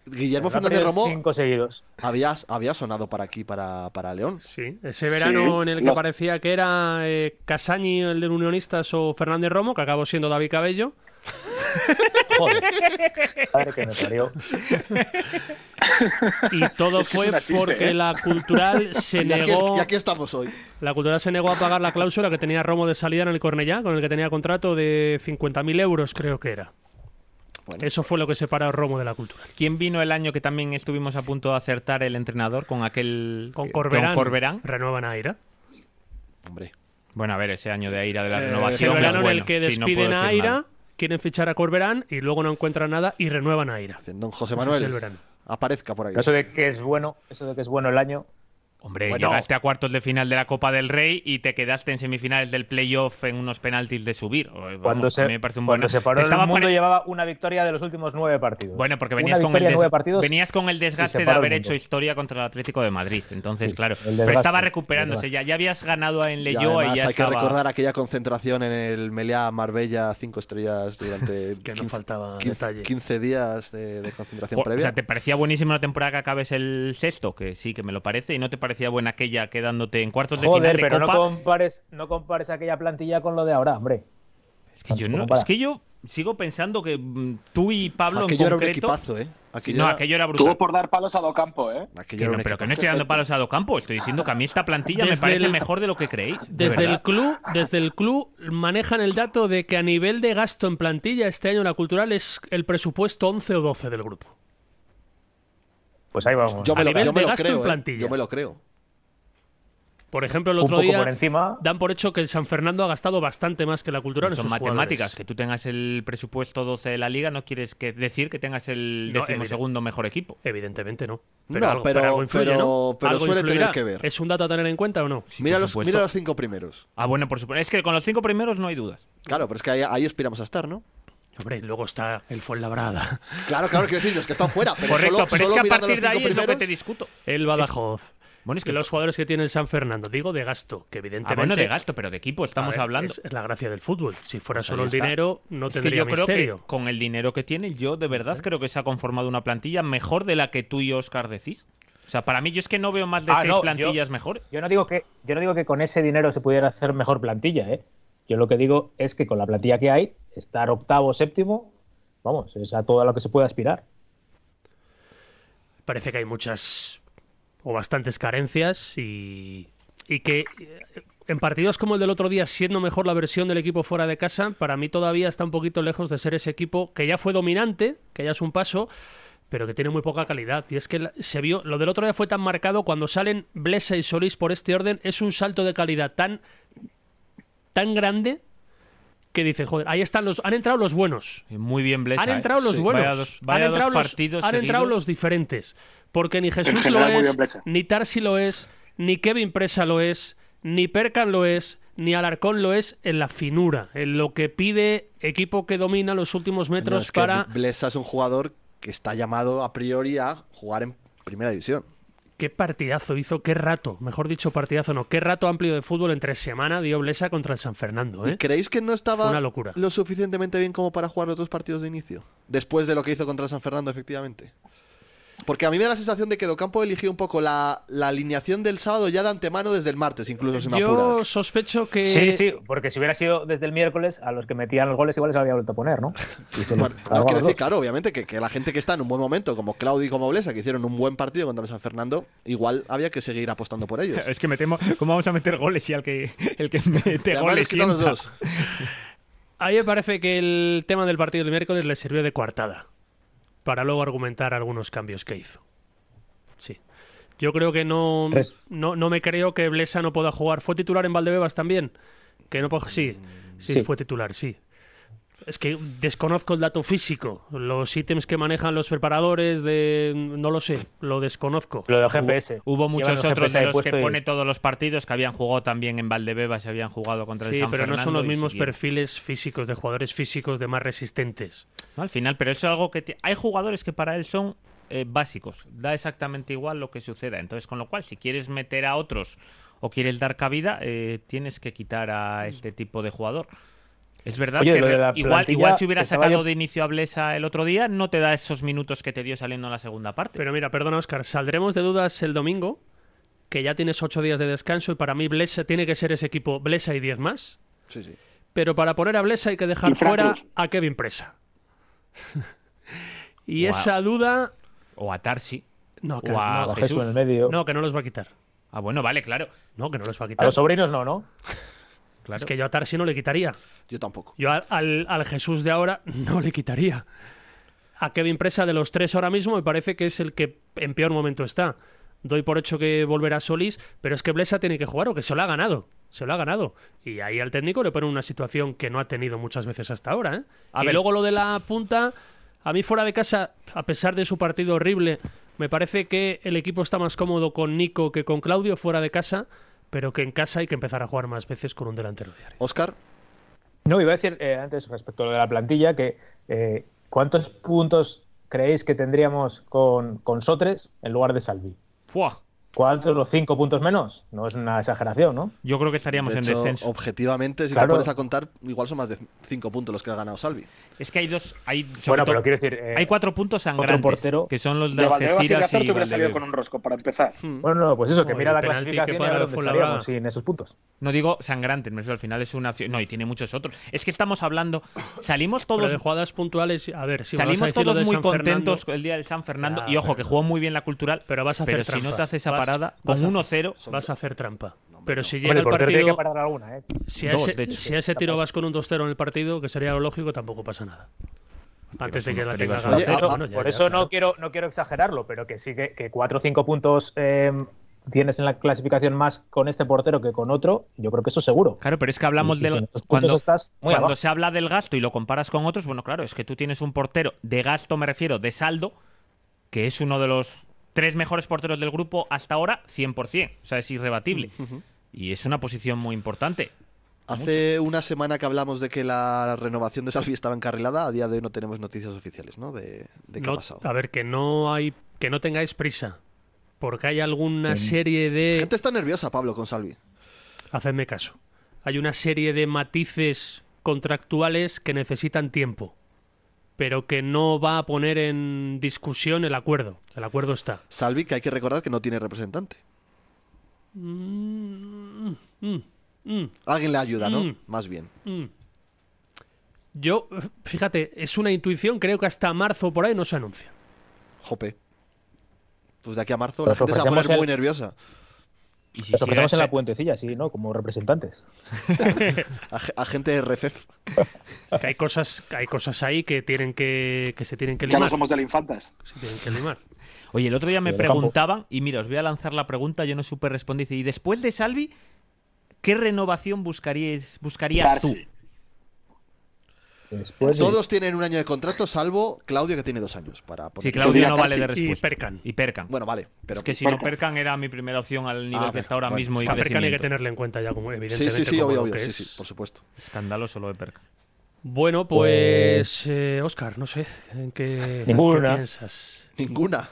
Guillermo
Ha
Fernández
perdido
Romo
Cinco seguidos.
había, había sonado para aquí, para, para León.
Sí, ese verano en el que
los-
parecía que era eh, Casañi, el del Unionistas, o Fernández Romo, que acabó siendo David Cabello.
Joder. Madre que me parió.
Y todo
Es que es
fue
una chiste,
porque
¿eh?
la cultural se
Y aquí,
negó.
y aquí estamos hoy.
La cultural se negó a pagar la cláusula que tenía Romo de salida en el Cornellá, con el que tenía contrato de 50.000 euros, creo que era.
Bueno.
Eso fue lo que separó a Romo de la cultural.
¿Quién vino el año que también estuvimos a punto de acertar el entrenador con aquel.
Con Corberán,
Corberán?
renuevan a Aira.
Hombre.
Bueno, a ver, ese año de Aira de la
Eh,
Es
Sí,
renovación.
el
hombre,
verano
es
en
bueno,
el que
sí, no
despiden
puedo
a
decir
Aira,
nada.
quieren fichar a Corberán y luego no encuentran nada y renuevan a Aira.
Don José
Ese es el
Manuel,
verano.
aparezca por ahí.
Eso de que es bueno, eso de que es bueno el año.
Hombre,
Bueno.
llegaste a cuartos de final de la Copa del Rey y te quedaste en semifinales del playoff en unos penaltis de subir. O, vamos,
Cuando se,
a mí me parece un
cuando
buen-
se
Te
paró el
estaba
mundo
pare-
llevaba una victoria de los últimos nueve partidos.
Bueno, porque
Una
venías con, el
victoria,
des-
nueve partidos.
venías con el desgaste
se
de
paró el
haber
mundo.
hecho historia contra el Atlético de Madrid. Entonces,
Sí,
claro,
el
pero
desgaste,
estaba
el
recuperándose. Ya, ya habías ganado en
Y
Leyoa y,
además
ya
hay
estaba...
que recordar aquella concentración en el Meliá Marbella cinco estrellas durante
Que no faltaba
15,
detalle.
15 días de, de concentración
Jo- O
previa.
sea, ¿te parecía buenísima la temporada que acabes el sexto? Que sí, que me lo parece. ¿Y no te parecía buena aquella quedándote en cuartos de
Joder,
final de
pero no
Copa?
compares, no compares aquella plantilla con lo de ahora, hombre.
Es que yo no-
Compara.
es que yo sigo pensando que mm, tú y Pablo
aquello
en
era un
concreto...
equipazo, ¿eh? Aquello
no,
era-
aquello era brutal.
Tuvo por dar palos a Docampo, ¿eh?
aquello
Que
era
no,
un
pero que
equipazo.
no estoy dando palos a Docampo, estoy diciendo que a mí esta plantilla me
Desde
parece
el-
mejor de lo que creéis. de
Desde el
verdad.
club, desde el club manejan el dato de que a nivel de gasto en plantilla este año la cultural es el presupuesto 11 o 12 del grupo.
Pues ahí vamos.
Yo me
a
lo,
nivel
yo me
de
lo
gasto en
creo. ¿eh?
plantilla.
Yo me lo creo.
Por ejemplo, el
Un
otro
poco
día
por encima.
dan por hecho que el San Fernando ha gastado bastante más que la cultural en
Son
sus
matemáticas.
jugadores.
Que tú tengas el presupuesto 12 de la liga no quieres que decir que tengas el
No,
decimosegundo mejor equipo.
Evidentemente no.
No,
algo,
pero-
algo influye,
pero-
¿no?
pero
Algo
suele
influirá.
tener que ver.
¿Es un dato a tener en cuenta o no?
Sí,
mira,
por
los,
supuesto.
mira los cinco primeros.
Ah, bueno, por supuesto. Es que con los cinco primeros no hay dudas.
Claro, pero es que ahí, ahí aspiramos a estar, ¿no?
Hombre, y luego está el Fuenlabrada,
Claro, claro, quiero decir, los que están fuera. Pero
Correcto,
solo-
pero
solo
es que a
mirando los
partir de ahí
cinco
es lo que te
primeros-
discuto.
el Badajoz.
Bueno, es que-
Los jugadores que tiene el San Fernando, digo de gasto, que
Ah,
evidentemente.
bueno, de gasto, pero de equipo
a
estamos
ver,
hablando.
Es la gracia del fútbol. Si fuera
Pues ahí
solo el
está.
dinero, no
Es que
tendría
yo creo
misterio.
que con el dinero que tiene, yo de verdad creo que se ha conformado una plantilla mejor de la que tú y Oscar decís. O sea, para mí yo es que no veo más de
Ah,
seis
no, yo-
plantillas mejores.
Yo no digo que yo no digo que con ese dinero se pudiera hacer mejor plantilla, ¿eh? Yo lo que digo es que con la plantilla que hay, estar octavo, séptimo, vamos, es a todo lo que se puede aspirar.
parece que hay muchas o bastantes carencias y, y que eh, en partidos como el del otro día, siendo mejor la versión del equipo fuera de casa, para mí todavía está un poquito lejos de ser ese equipo que ya fue dominante, que ya es un paso, pero que tiene muy poca calidad. Y es que la- se vio, lo del otro día fue tan marcado cuando salen Blesa y Solís por este orden, es un salto de calidad tan, tan grande que dice, joder, ahí están los, han entrado los buenos.
Muy bien, Blesa.
Han
¿eh?
entrado los
Sí.
buenos.
Vaya dos, vaya
han
dos
entrado, los,
partidos
han entrado
seguidos.
los diferentes. Porque ni Jesús lo
general, muy
es,
bien, Blesa.
ni Tarsi lo es, ni Kevin Presa lo es, ni Percan lo es, ni Alarcón lo es en la finura, en lo que pide equipo que domina los últimos
No,
metros
es que
para
Blesa es un jugador que está llamado a priori a jugar en primera división.
Qué partidazo hizo, qué rato, mejor dicho partidazo no, qué rato amplio de fútbol entre semana dio Blesa contra el San Fernando,
¿Y
¿eh?
creéis que no estaba
Una locura.
lo suficientemente bien como para jugar los dos partidos de inicio? Después de lo que hizo contra San Fernando, efectivamente. Porque a mí me da la sensación de que Docampo eligió un poco la, la alineación del sábado ya de antemano desde el martes, incluso si me
Yo
apuras.
sospecho que
Sí, sí, porque si hubiera sido desde el miércoles, a los que metían los goles igual les había vuelto a poner, ¿no? Y se lo-
Bueno,
claro,
no quiero
los
decir,
dos.
claro, obviamente, que, que la gente que está en un buen momento, como Claudio y como Blesa, que hicieron un buen partido contra el San Fernando, igual había que seguir apostando por ellos.
Es que metemos. ¿Cómo vamos a meter goles si al que, el que mete
Además,
goles.
les quitó a los
sienta?
dos.
A mí me parece que el tema del partido del miércoles le sirvió de coartada para luego argumentar algunos cambios que hizo. Sí. Yo creo que no,
Res-
no, no me creo que Blesa no pueda jugar. ¿Fue titular en Valdebebas también? Que no po- sí, sí,
sí.
fue titular, sí. Es que desconozco el dato físico, los ítems que manejan los preparadores de... no lo sé, lo desconozco.
Lo del GPS.
Hubo
Llevan
muchos
el
otros
GPS ahí
de los que
puesto y-
pone todos los partidos que habían jugado también en Valdebebas, se habían jugado contra el
Sí,
San
pero no son
Fernando
los
y
mismos
siguieron.
perfiles físicos de jugadores físicos de más resistentes.
No, Al final, pero eso es algo que ti- hay jugadores que para él son eh, básicos. Da exactamente igual lo que suceda. Entonces, con lo cual, si quieres meter a otros o quieres dar cabida, eh, tienes que quitar a este tipo de jugador. Es verdad
Oye,
que
lo de
re-
la
igual,
plantilla,
igual si hubieras
estaba
sacado
yo-
de inicio a Blesa el otro día, no te da esos minutos que te dio saliendo en la segunda parte.
Pero mira, perdona, Oscar, saldremos de dudas el domingo, que ya tienes ocho días de descanso y para mí Blesa tiene que ser ese equipo Blesa y 10 más.
Sí, sí.
Pero para poner a Blesa hay que
Y
dejar
Frank
fuera
Cruz.
a Kevin Presa. y
Guau.
esa duda.
O a Tarsi.
No, que,
O a
no,
Jesús
Jesús.
en el medio.
no, que no los va a quitar.
Ah, bueno, vale, claro.
No, que no los va a
A
quitar.
los sobrinos no, ¿no?
Es que yo a Tarsi no le quitaría.
Yo tampoco.
Yo al, al- al Jesús de ahora no le quitaría. A Kevin Presa de los tres ahora mismo me parece que es el que en peor momento está. Doy por hecho que volverá Solís, pero es que Blesa tiene que jugar o que se lo ha ganado. Se lo ha ganado. Y ahí al técnico le pone una situación que no ha tenido muchas veces hasta ahora. ¿eh?
A
y
ver.
luego lo de la punta, a mí fuera de casa, a pesar de su partido horrible, me parece que el equipo está más cómodo con Nico que con Claudio fuera de casa, pero que en casa hay que empezar a jugar más veces con un delantero de área.
Oscar,
No, iba a decir eh, antes respecto a lo de la plantilla, que eh, ¿cuántos puntos creéis que tendríamos con, con Sotres en lugar de Salvi?
Fuah.
¿Cuántos los cinco puntos menos? No es una exageración, ¿no?
Yo creo que estaríamos
de
en
hecho,
descenso.
objetivamente, si te
Claro.
pones a contar, igual son más de 5 puntos los que ha ganado Salvi.
Es que hay dos. Hay, sobre
Bueno,
todo-
pero quiero decir, eh,
hay cuatro puntos sangrantes.
portero.
que son los de,
De Valdebebas y de
Algeciras
Azor
y
te hubiera salido
Valdebebas.
con un rosco para empezar.
Bueno, no, pues eso, que
Oye,
mira la
el Hmm. penalti que
clasificación y a
para
ver dónde
Fuenlabrada.
estaríamos sin esos puntos.
No digo sangrantes, me refiero, al final es una acción. No, y tiene muchos otros. Es que estamos hablando. Salimos
Pero
todos.
de jugadas puntuales, a ver, si me vas a
salimos
decir lo
todos
de
muy
San
contentos
Fernando,
con el día del San Fernando.
Claro,
y ojo, que
pero-
jugó muy bien la cultural.
pero vas a hacer
pero si
trampa.
no te hace esa
Vas-
parada
vas a-
con 1-0.
Vas a hacer trampa. pero si llega
Hombre, el
el
portero tiene que
partido,
parar alguna, ¿eh?
si a,
Dos, de
ese,
hecho.
si a ese tiro vas con un 2-0 en el partido, que sería lo lógico, tampoco pasa nada. Antes de que la tenga
peligrosos.
Oye,
ganada.
Por eso,
ah,
Bueno, ya,
por
ya,
eso
claro.
no, quiero, no quiero exagerarlo, pero que sí que, que cuatro o cinco puntos eh,
tienes en la clasificación más con este portero que con otro, yo creo que eso seguro.
Claro, pero es que hablamos
Y si en
del.
estos puntos
Cuando,
estás muy
cuando
abajo.
se habla del gasto y lo comparas con otros, bueno, claro, es que tú tienes un portero de gasto, me refiero, de saldo, que es uno de los tres mejores porteros del grupo hasta ahora, 100%. O sea, es irrebatible. Y es una posición muy importante.
Hace una semana que hablamos de que la renovación de Salvi estaba encarrilada, a día de hoy no tenemos noticias oficiales, ¿no? De, de qué
No-
ha pasado.
a ver, que no hay que no tengáis prisa. Porque hay alguna serie
La
de.
gente está nerviosa, Pablo, con Salvi.
Hacedme caso. Hay una serie de matices contractuales que necesitan tiempo. Pero que no va a poner en discusión el acuerdo. El acuerdo está.
Salvi, que hay que recordar que no tiene representante.
Mm, mm,
Alguien le ayuda, ¿no?
Mm.
Más bien.
mm. Yo, fíjate, es una intuición, creo que hasta marzo por ahí no se anuncia.
Jope. Pues de aquí a marzo la
Nos
gente se va a poner
ofrecemos
muy
el-
nerviosa.
Y si
Nos
llega
ofrecemos en
este-
la puentecilla, sí, ¿no? Como representantes.
Ag- Agente de RFEF.
Que hay cosas, hay cosas ahí que tienen que, que se tienen que
Ya no
limar.
somos del Infantas.
Se tienen que limar.
Oye, el otro día me
Lo del campo.
preguntaban, y mira, os voy a lanzar la pregunta, yo no supe responder. dice, Y después de Salvi, ¿qué renovación buscaríais, buscarías tú?
Darse.
Después de-
Todos tienen un año de contrato, salvo Claudio, que tiene dos años. Para poner-
Sí,
Yo
Claudio
diría
no vale
casi-
de
y
respuesta.
Perkan.
Y Perkan.
Bueno, vale. Pero
es que si no
Perkan.
Perkan era mi primera opción al nivel
Ah,
que está ahora
bueno.
mismo. y
Es que a Perkan hay que
crecimiento.
tenerle en cuenta ya, como
Sí,
evidentemente.
sí, sí,
como
obvio,
lo
obvio.
que
Sí,
es.
sí, por supuesto.
Escandaloso lo de Perkan.
Bueno, pues, Oscar, no sé, ¿en qué, en qué
Ninguna.
piensas?
Ninguna.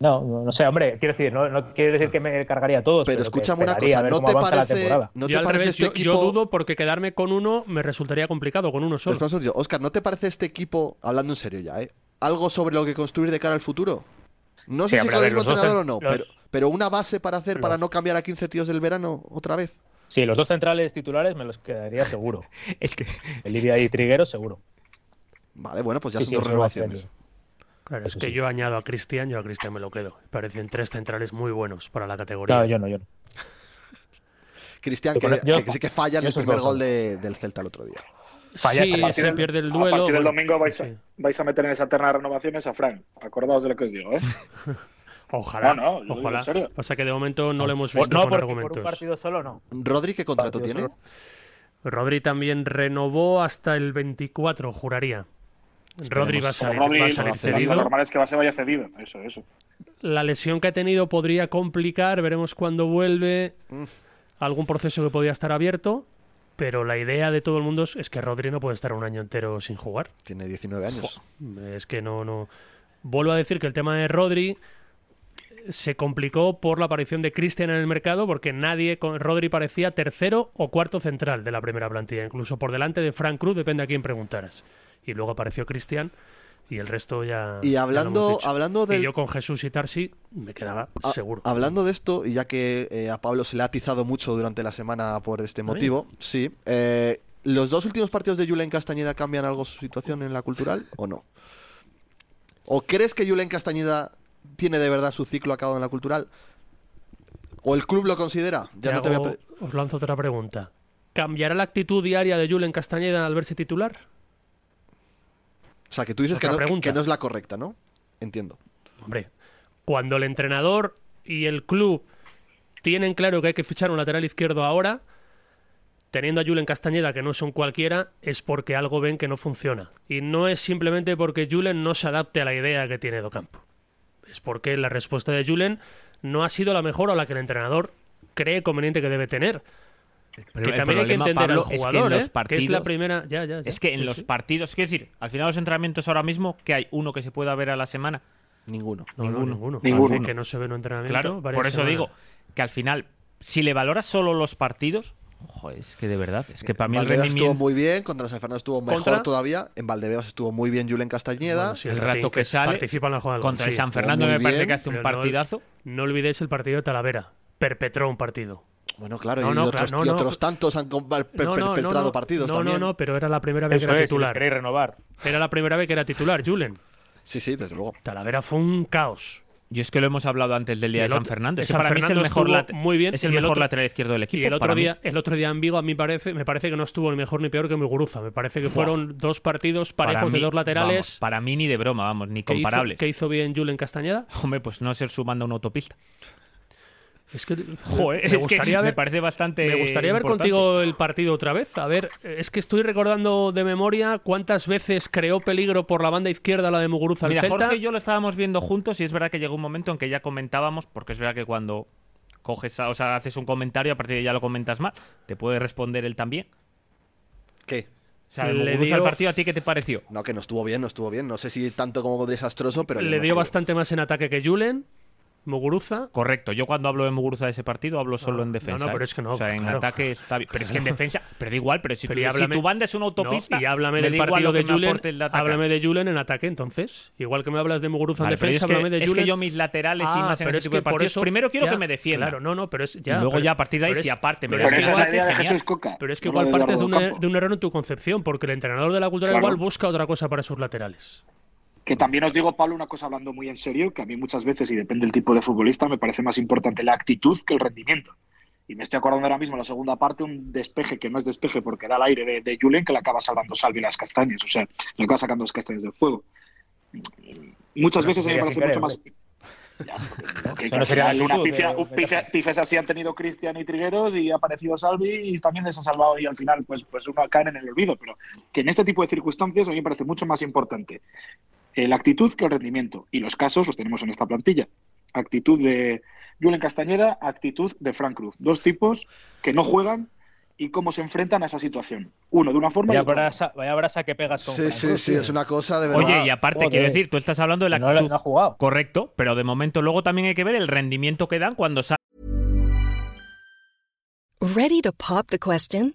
No, no, no sé, hombre, quiero decir, no, no quiero decir que me cargaría a todos.
Pero
que
escúchame una
esperaría
cosa,
a ver
¿no
cómo
te
avanza la
parece,
temporada.
¿no
yo
te
al
parece
revés,
este
yo, yo
equipo?
dudo porque quedarme con uno me resultaría complicado, con uno solo.
Espera un segundillo. Oscar, ¿no te parece este equipo, hablando en serio ya, ¿eh? algo sobre lo que construir de cara al futuro? No
Sí,
sé si
hombre,
con
a
el
ver,
mismo
los dos
entrenador o
cen-
no,
los-
pero, pero una base para hacer para
los-
no cambiar a 15 tíos del verano otra vez.
Sí, los dos centrales titulares me los quedaría seguro.
Es que
Olivia y Triguero, seguro.
Vale, bueno, pues ya
Sí,
son
sí,
dos
eso me parece
renovaciones.
bien.
Claro, es
Eso
que
sí.
yo añado a Cristian, yo a Cristian me lo quedo. Parecen tres centrales muy buenos para la categoría.
No, yo no, yo no.
Cristian,
Yo
que,
con- yo-
que sí que falla en
yo
el
esos
primer
dos
gol
son.
de- del Celta el otro día.
Fallaste. A
sí,
partir
se
del-
pierde el
A
duelo.
partir del
bueno,
domingo vais a,
sí.
vais a meter en esa terna de renovaciones a Frank. Acordaos de lo que os digo, ¿eh? No,
Ojalá,
no, yo lo digo
ojalá.
en serio.
Pasa que de momento no lo hemos
Por-
visto
no,
con
porque por
argumentos.
un partido solo no.
Rodri, ¿qué contrato
Partido
tiene?
solo.
Rodri también renovó hasta el 24, juraría. Rodri va a salir,
Rodri,
va a salir
lo- Lo
cedido.
normal es que va- se vaya cedido. Eso, eso.
La lesión que ha tenido podría complicar, veremos cuándo vuelve.
Mm.
Algún proceso que podría estar abierto, pero la idea de todo el mundo es, es que Rodri no puede estar un año entero sin jugar.
Tiene 19 años.
Es que no, no. Vuelvo a decir que el tema de Rodri se complicó por la aparición de Cristian en el mercado porque nadie con Rodri parecía tercero o cuarto central de la primera plantilla, incluso por delante de Frank Cruz, depende a quién preguntaras. Y luego apareció Cristian y el resto ya.
Y
ya lo
hablando-
hemos dicho.
hablando
Y
del-
yo con Jesús y Tarsi me quedaba
Ha-
seguro.
Hablando de esto, y ya que eh, a Pablo se le ha atizado mucho durante la semana por este
mí?
motivo, sí. eh, ¿Los dos últimos partidos de Julen Castañeda cambian algo su situación en la cultural o no? ¿O crees que Julen Castañeda tiene de verdad su ciclo acabado en la cultural? ¿O el club lo considera? Ya
Te
no te voy a
hago-
pe-
Os lanzo otra pregunta. ¿Cambiará la actitud diaria de Julen Castañeda al verse titular?
O sea, que tú dices que
Otra
no,
pregunta.
que no es la correcta, ¿no? Entiendo.
Hombre, cuando el entrenador y el club tienen claro que hay que fichar un lateral izquierdo ahora, teniendo a Julen Castañeda, que no es un cualquiera, es porque algo ven que no funciona. Y no es simplemente porque Julen no se adapte a la idea que tiene Docampo. Es porque la respuesta de Julen no ha sido la mejor o la que el entrenador cree conveniente que debe tener.
Pero
que
el
también hay que
problema,
entender
Pablo,
al jugador,
es que en
¿eh?
los partidos,
que es la primera... Ya, ya, ya.
es que en
Sí,
los
sí.
partidos, quiero decir, al final los entrenamientos ahora mismo, que hay uno que se pueda ver a la semana.
Ninguno.
No, no,
ninguno.
ninguno.
Ninguno.
Hace que no se ve en un entrenamiento.
Claro,
varias
por eso
semanas.
digo que al final, si le valoras solo los partidos, joder, es que de verdad, es que para mí el
Valdebebas
rendimiento,
estuvo muy bien, contra San Fernando estuvo mejor
¿Contra?
todavía. En Valdebebas estuvo muy bien Julen Castañeda.
Bueno, sí,
el rato que sale
participa en la jugada del gol,
contra el
sí.
San Fernando
Muy
me parece
bien,
que hace un
pero no-
partidazo.
No olvidéis el partido de Talavera. Perpetró un partido.
Bueno, claro,
No,
y,
no,
otros,
claro, no,
y
no.
otros tantos han com- per-
No, no, no,
perpetrado
no,
partidos
no,
también.
No, no, pero era la primera vez
Eso
que era
es, si les
titular.
queréis renovar.
Era la primera vez que era titular, Julen.
Sí, sí, desde luego.
Talavera fue un caos.
Yo es que lo hemos hablado antes del día
Y
de
el
San
otro-
Fernando. Es que
San
para mí es el
Fernando
mejor,
estuvo
lat-
muy bien,
es el
y el
mejor
otro-
lateral izquierdo del equipo.
Y el otro
para mí.
día, el otro día en Vigo a mí parece, me parece que no estuvo ni mejor ni peor que Muguruza. Me parece que
Buah.
fueron dos partidos
Para
parejos de
mí,
dos
vamos,
laterales
para mí ni de broma, vamos, ni
que hizo-
comparable.
que hizo bien Julen Castañeda.
Hombre, pues no ser sumando una autopista.
Es que,
Joder, es
me
que
gustaría
me
ver-
parece bastante.
Me gustaría ver
importante.
contigo el partido otra vez. A ver, es que estoy recordando de memoria cuántas veces creó peligro por la banda izquierda la de Muguruza al
Mira,
Celta.
Jorge y yo lo estábamos viendo juntos y es verdad que llegó un momento en que ya comentábamos, porque es verdad que cuando coges, a- o sea, haces un comentario a partir de ahí ya lo comentas mal, te puede responder él también.
¿Qué?
O sea,
Le
le
dio-
al partido, ¿a ti qué te pareció?
No, que no estuvo bien, no estuvo bien. No sé si tanto como desastroso, pero.
Le
no
dio
estuvo.
bastante más en ataque que Julen. Muguruza.
Correcto, yo cuando hablo de Muguruza de ese partido hablo solo en defensa.
Ah, no,
¿eh?
pero es que no,
O sea, en
claro.
ataque está bien. Pero es que en defensa, pero da igual, pero si,
Pero
tu,
y
si
háblame-
tu banda es una autopista.
No, y háblame
me
del
da igual
partido
lo que
de
me
Julen.
aporte el de atacar.
Háblame de Julen en ataque, entonces. Igual que me hablas de Muguruza
Vale,
en
pero
defensa,
es que-
háblame de
es
Julen.
que yo mis laterales y
Ah,
más en
pero
ese
es
tipo
que
de
por
partidos.
eso-
Primero quiero
ya,
que me defienda.
Claro, no, no, pero es ya.
Y luego
pero-
ya a partir de ahí,
pero
si
es-
aparte me
pero
das
es
Pero
que
esa es
igual
la
igual-
te
idea de
genial.
Jesús Coca.
Pero es que
no
igual
de
partes de
Eduardo
un,
Campo.
de un error en tu concepción, porque el entrenador de la cultura
Claro.
igual busca otra cosa para sus laterales.
Que también os digo, Pablo, una cosa hablando muy en serio, que a mí muchas veces, y depende del tipo de futbolista, me parece más importante la actitud que el rendimiento. Y me estoy acordando ahora mismo, en la segunda parte, un despeje que no es despeje porque da al aire de, de Julen, que le acaba salvando Salvi las castañas, o sea, le acaba sacando las castañas del fuego.
Pero
Muchas veces a
sería
mí me
sin
parece mucho
querer,
más... Ya, porque-
no
porque
sería
al final una
actitud,
pifia-
eh,
un pifia- pifes así han tenido Cristian y Trigueros y ha aparecido Salvi y también les ha salvado y al final pues, pues uno caen en el olvido, pero que en este tipo de circunstancias a mí me parece mucho más importante eh, la actitud que el rendimiento. Y los casos los tenemos en esta plantilla. Actitud de Julen Castañeda, actitud de Frank Cruz. Dos tipos que no juegan y cómo se enfrentan a esa situación. Uno de una forma y
Vaya
otro.
brasa, vaya brasa que pegas con
Sí,
Franco,
sí, sí,
tío.
es una cosa de verdad.
Oye, y aparte,
Joder.
quiero decir, tú estás hablando de la
No le-
actitud.
no ha jugado.
Correcto, pero de momento luego también hay que ver el rendimiento que dan cuando salen
Ready to pop the question?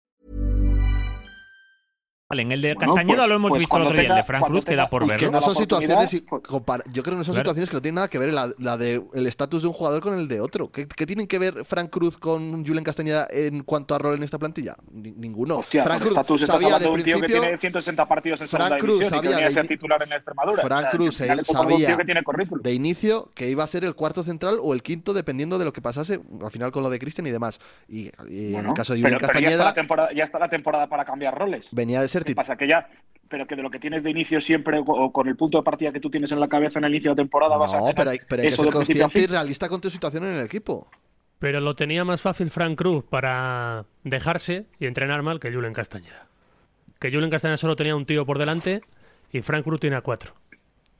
El de
Bueno,
Castañeda
pues-
lo hemos
pues
visto el
cuando
otro día, el
tenga-
de Frank
cuando
Cruz queda
tenga-
por
y
Que
verlo.
no-
no
la
son
oportunidad,
situaciones. i-
pues-
compar- Yo creo que no son
Claro.
situaciones que no tienen nada que ver la, la de el estatus de un jugador con el de otro. ¿Qué, qué tienen que ver Frank Cruz con Julen Castañeda en cuanto a rol en esta plantilla? Ni- ninguno.
Hostia,
Frank
por estatus estás
sabía
hablando
de
de un tío que
principio-
tiene 160 partidos en
Frank
segunda
Cruz
división y que
sabía
venía a
de
ser
ini-
titular en la Extremadura.
Frank
O sea, que al
Cruz,
final
él
estás hablando de un
sabía
tío que tiene currículum.
de inicio que iba a ser el cuarto central o el quinto, dependiendo de lo que pasase, al final con lo de Cristian y demás. Y, y en
Bueno,
el caso de Julen
pero- pero ya, está la
Castañeda,
temporada, ya está la temporada para cambiar roles.
venía de ser
¿Qué
titular.
pasa? Que ya, pero que de lo que tienes de inicio siempre o- o con el punto de partida que tú tienes en la cabeza en el inicio de temporada vas a.
No,
tener
pero hay, pero hay que
eso
ser
de principio a
consciente y
fin.
realista con tu situación en el equipo.
Pero lo tenía más fácil Frank Cruz para dejarse y entrenar mal que Julen Castañeda. Que Julen Castañeda solo tenía un tío por delante y Frank Cruz tiene a cuatro.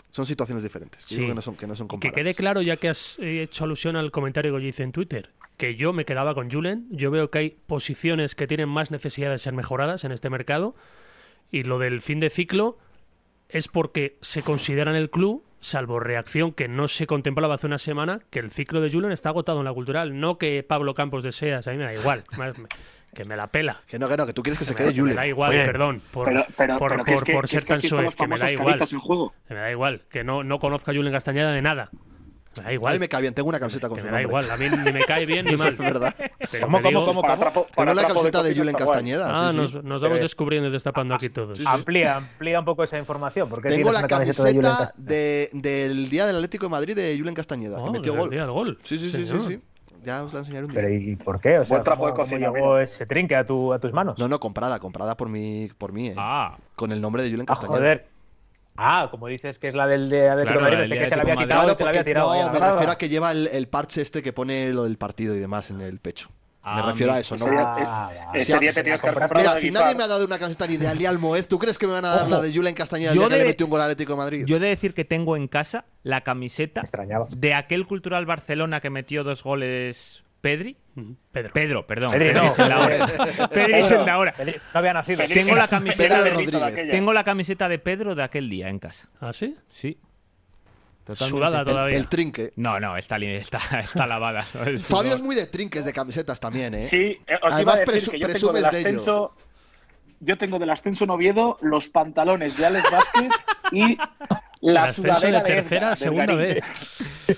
Son situaciones diferentes.
Sí.
Yo creo que no son, que no son
Y que
comparables.
quede claro, ya que has eh, hecho alusión al comentario que yo hice en Twitter, que yo me quedaba con Julen. Yo veo que hay posiciones que tienen más necesidad de ser mejoradas en este mercado. Y lo del fin de ciclo es porque se considera en el club, salvo reacción que no se contemplaba hace una semana, que el ciclo de Julen está agotado en la cultural. No que Pablo Campos deseas, a mí me da igual. más me- que me la pela.
Que no, que no, que tú quieres que se
Me da,
quede
que me
Julen.
da igual,
Oye,
perdón, por,
Pero- pero-
por-
pero que es
por-
que-
por
que
ser
es que
tan
aquí están
suave,
las
que me da
famosas
igual.
caritas en juego.
Me da igual, que no, no conozca a Julen Castañeda de nada. Me da
A
igual.
mí me cae bien, tengo una camiseta con
Que
su
me da
nombre.
igual, a mí ni me cae bien ni mal.
¿Verdad?
Pero
¿Cómo,
me
cómo,
digo-
cómo?
Para trapo-
Tengo
para
la
trapo de
camiseta de
cocina
Julen
está guay.
Castañeda. sí,
Ah, pues,
sí.
Nos, nos vamos
Pero-
descubriendo y destapando aquí todos.
Amplía, amplía un poco esa información. porque
Tengo
tienes
la
una camiseta de Julen
camiseta
Castro?
de- del día del Atlético de Madrid de Julen Castañeda,
Oh,
que metió
desde
gol.
el día del gol.
Sí, sí, sí, sí,
Señor.
sí. Ya os la enseñaré un día.
Pero ¿y por qué? O sea,
Buen trapo
¿cómo-
de cocina,
cómo llegó ese trinque a, tu, a tus manos?
No, no, comprada, comprada por mí, por mí eh.
Ah,
con el nombre de Julen
Ah,
Castañeda.
joder. Ah, como dices que es la del de Atlético
Claro, la
de Madrid,
del
sé
de
que se la
Atlético
había
de
quitado
Madrid.
y
Claro,
te la había
porque-
tirado. ahí a
no,
la
me
grada.
refiero a que lleva el, el parche este que pone lo del partido y demás en el pecho.
Ah,
me refiero a eso, ¿no?
Ese día-
Ah,
eh,
vale.
ese día
Se la
tenías que haber
compraste.
comprado
Mira,
la
si
Guifar.
nadie me ha dado una camiseta ni de Ali Almoez, ¿tú crees que me van a dar la de Julen Castañeda el
Yo
día que
de-
le metió un gol al Atlético de Madrid?
yo he de decir que tengo en casa la camiseta
Me extrañaba.
de aquel Cultural Barcelona que metió dos goles Pedri.
Pedro.
Pedro, perdón.
Pedri,
Pedri,
no.
Sendaora. Pedri
Pedro.
Sendaora.
Pedri- no había nacido.
Tengo la camiseta,
Pedro
de,
Rodríguez. Aquellas.
tengo la camiseta de Pedro de aquel día en casa.
¿Ah, sí?
Sí.
Sudada todavía.
El trinque.
No, no, está, li- está, está lavada.
Fabio es muy de trinques de camisetas también, ¿eh?
Sí, eh, os iba a decir que yo tengo del ascenso, yo tengo del ascenso en Oviedo los pantalones de Alex Vázquez y
El
la
ascenso
sudadera
de tercera
Edgar,
a
del
segunda
Garín.
B.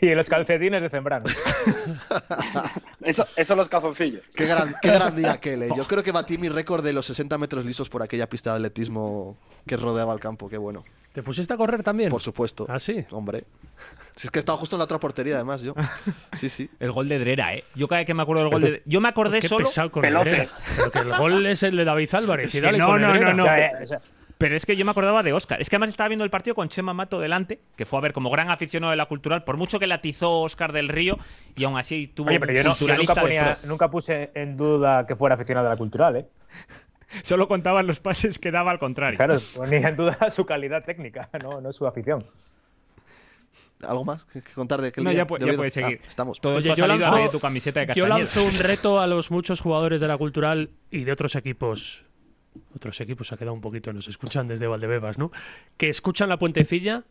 y los calcetines de Zembrano.
Eso, eso los calzoncillos.
Qué gran, qué gran día aquel, ¿eh? Yo creo que batí mi récord de los 60 metros lisos por aquella pista de atletismo que rodeaba el campo. Qué bueno.
¿Te pusiste a correr también?
Por supuesto.
¿Ah, sí?
Hombre. Si es que estaba justo en la otra portería, además, yo. Sí, sí.
El gol de Drera, ¿eh? Yo cada vez que me acuerdo del gol de... Yo me acordé
Qué
solo...
pesado con Pedrera. Pero que el gol es el de David Álvarez.
Sí,
y dale
no,
con
no,
Pedrera.
no, no. Pero es que yo me acordaba de Oscar. Es que además estaba viendo el partido con Chema Mato delante, que fue a ver como gran aficionado de la cultural, por mucho que le atizó Oscar del Río, y aún así tuvo
Oye, pero
un
yo, no- yo
culturalista
nunca,
de
ponía-
pro.
nunca puse en duda que fuera aficionado a la cultural, ¿eh?
Solo contaban los pases que daba al contrario.
Claro, ponía en duda su calidad técnica, no, no su afición.
¿Algo más que que contar de aquel
No,
día?
ya pu- ya
De Oviedo.
puedes seguir.
Ah, estamos.
Todo
Oye,
esto
yo
ha salido
lanzo-
de tu camiseta de
Yo
Castañeda.
lanzo un reto a los muchos jugadores de la cultural y de otros equipos. Otros equipos ha quedado un poquito, nos escuchan desde Valdebebas, ¿no? Que escuchan la puentecilla,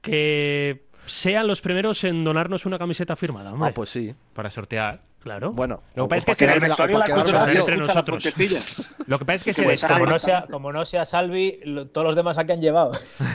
que sean los primeros en donarnos una camiseta firmada. hombre.
Ah, pues sí.
Para sortear.
Claro.
Bueno,
Lo
o-
que pasa es que
o para
se-
quedarme
en el
la-
vestuario
o
la ¿eh?
para quedarme
cultural
yo.
entre
Escucha la
nosotros.
puntecilla.
Lo que pasa es que
Sí,
se
pues,
descarga.
Como no sea, como no sea Salvi, lo- todos los demás aquí han llevado.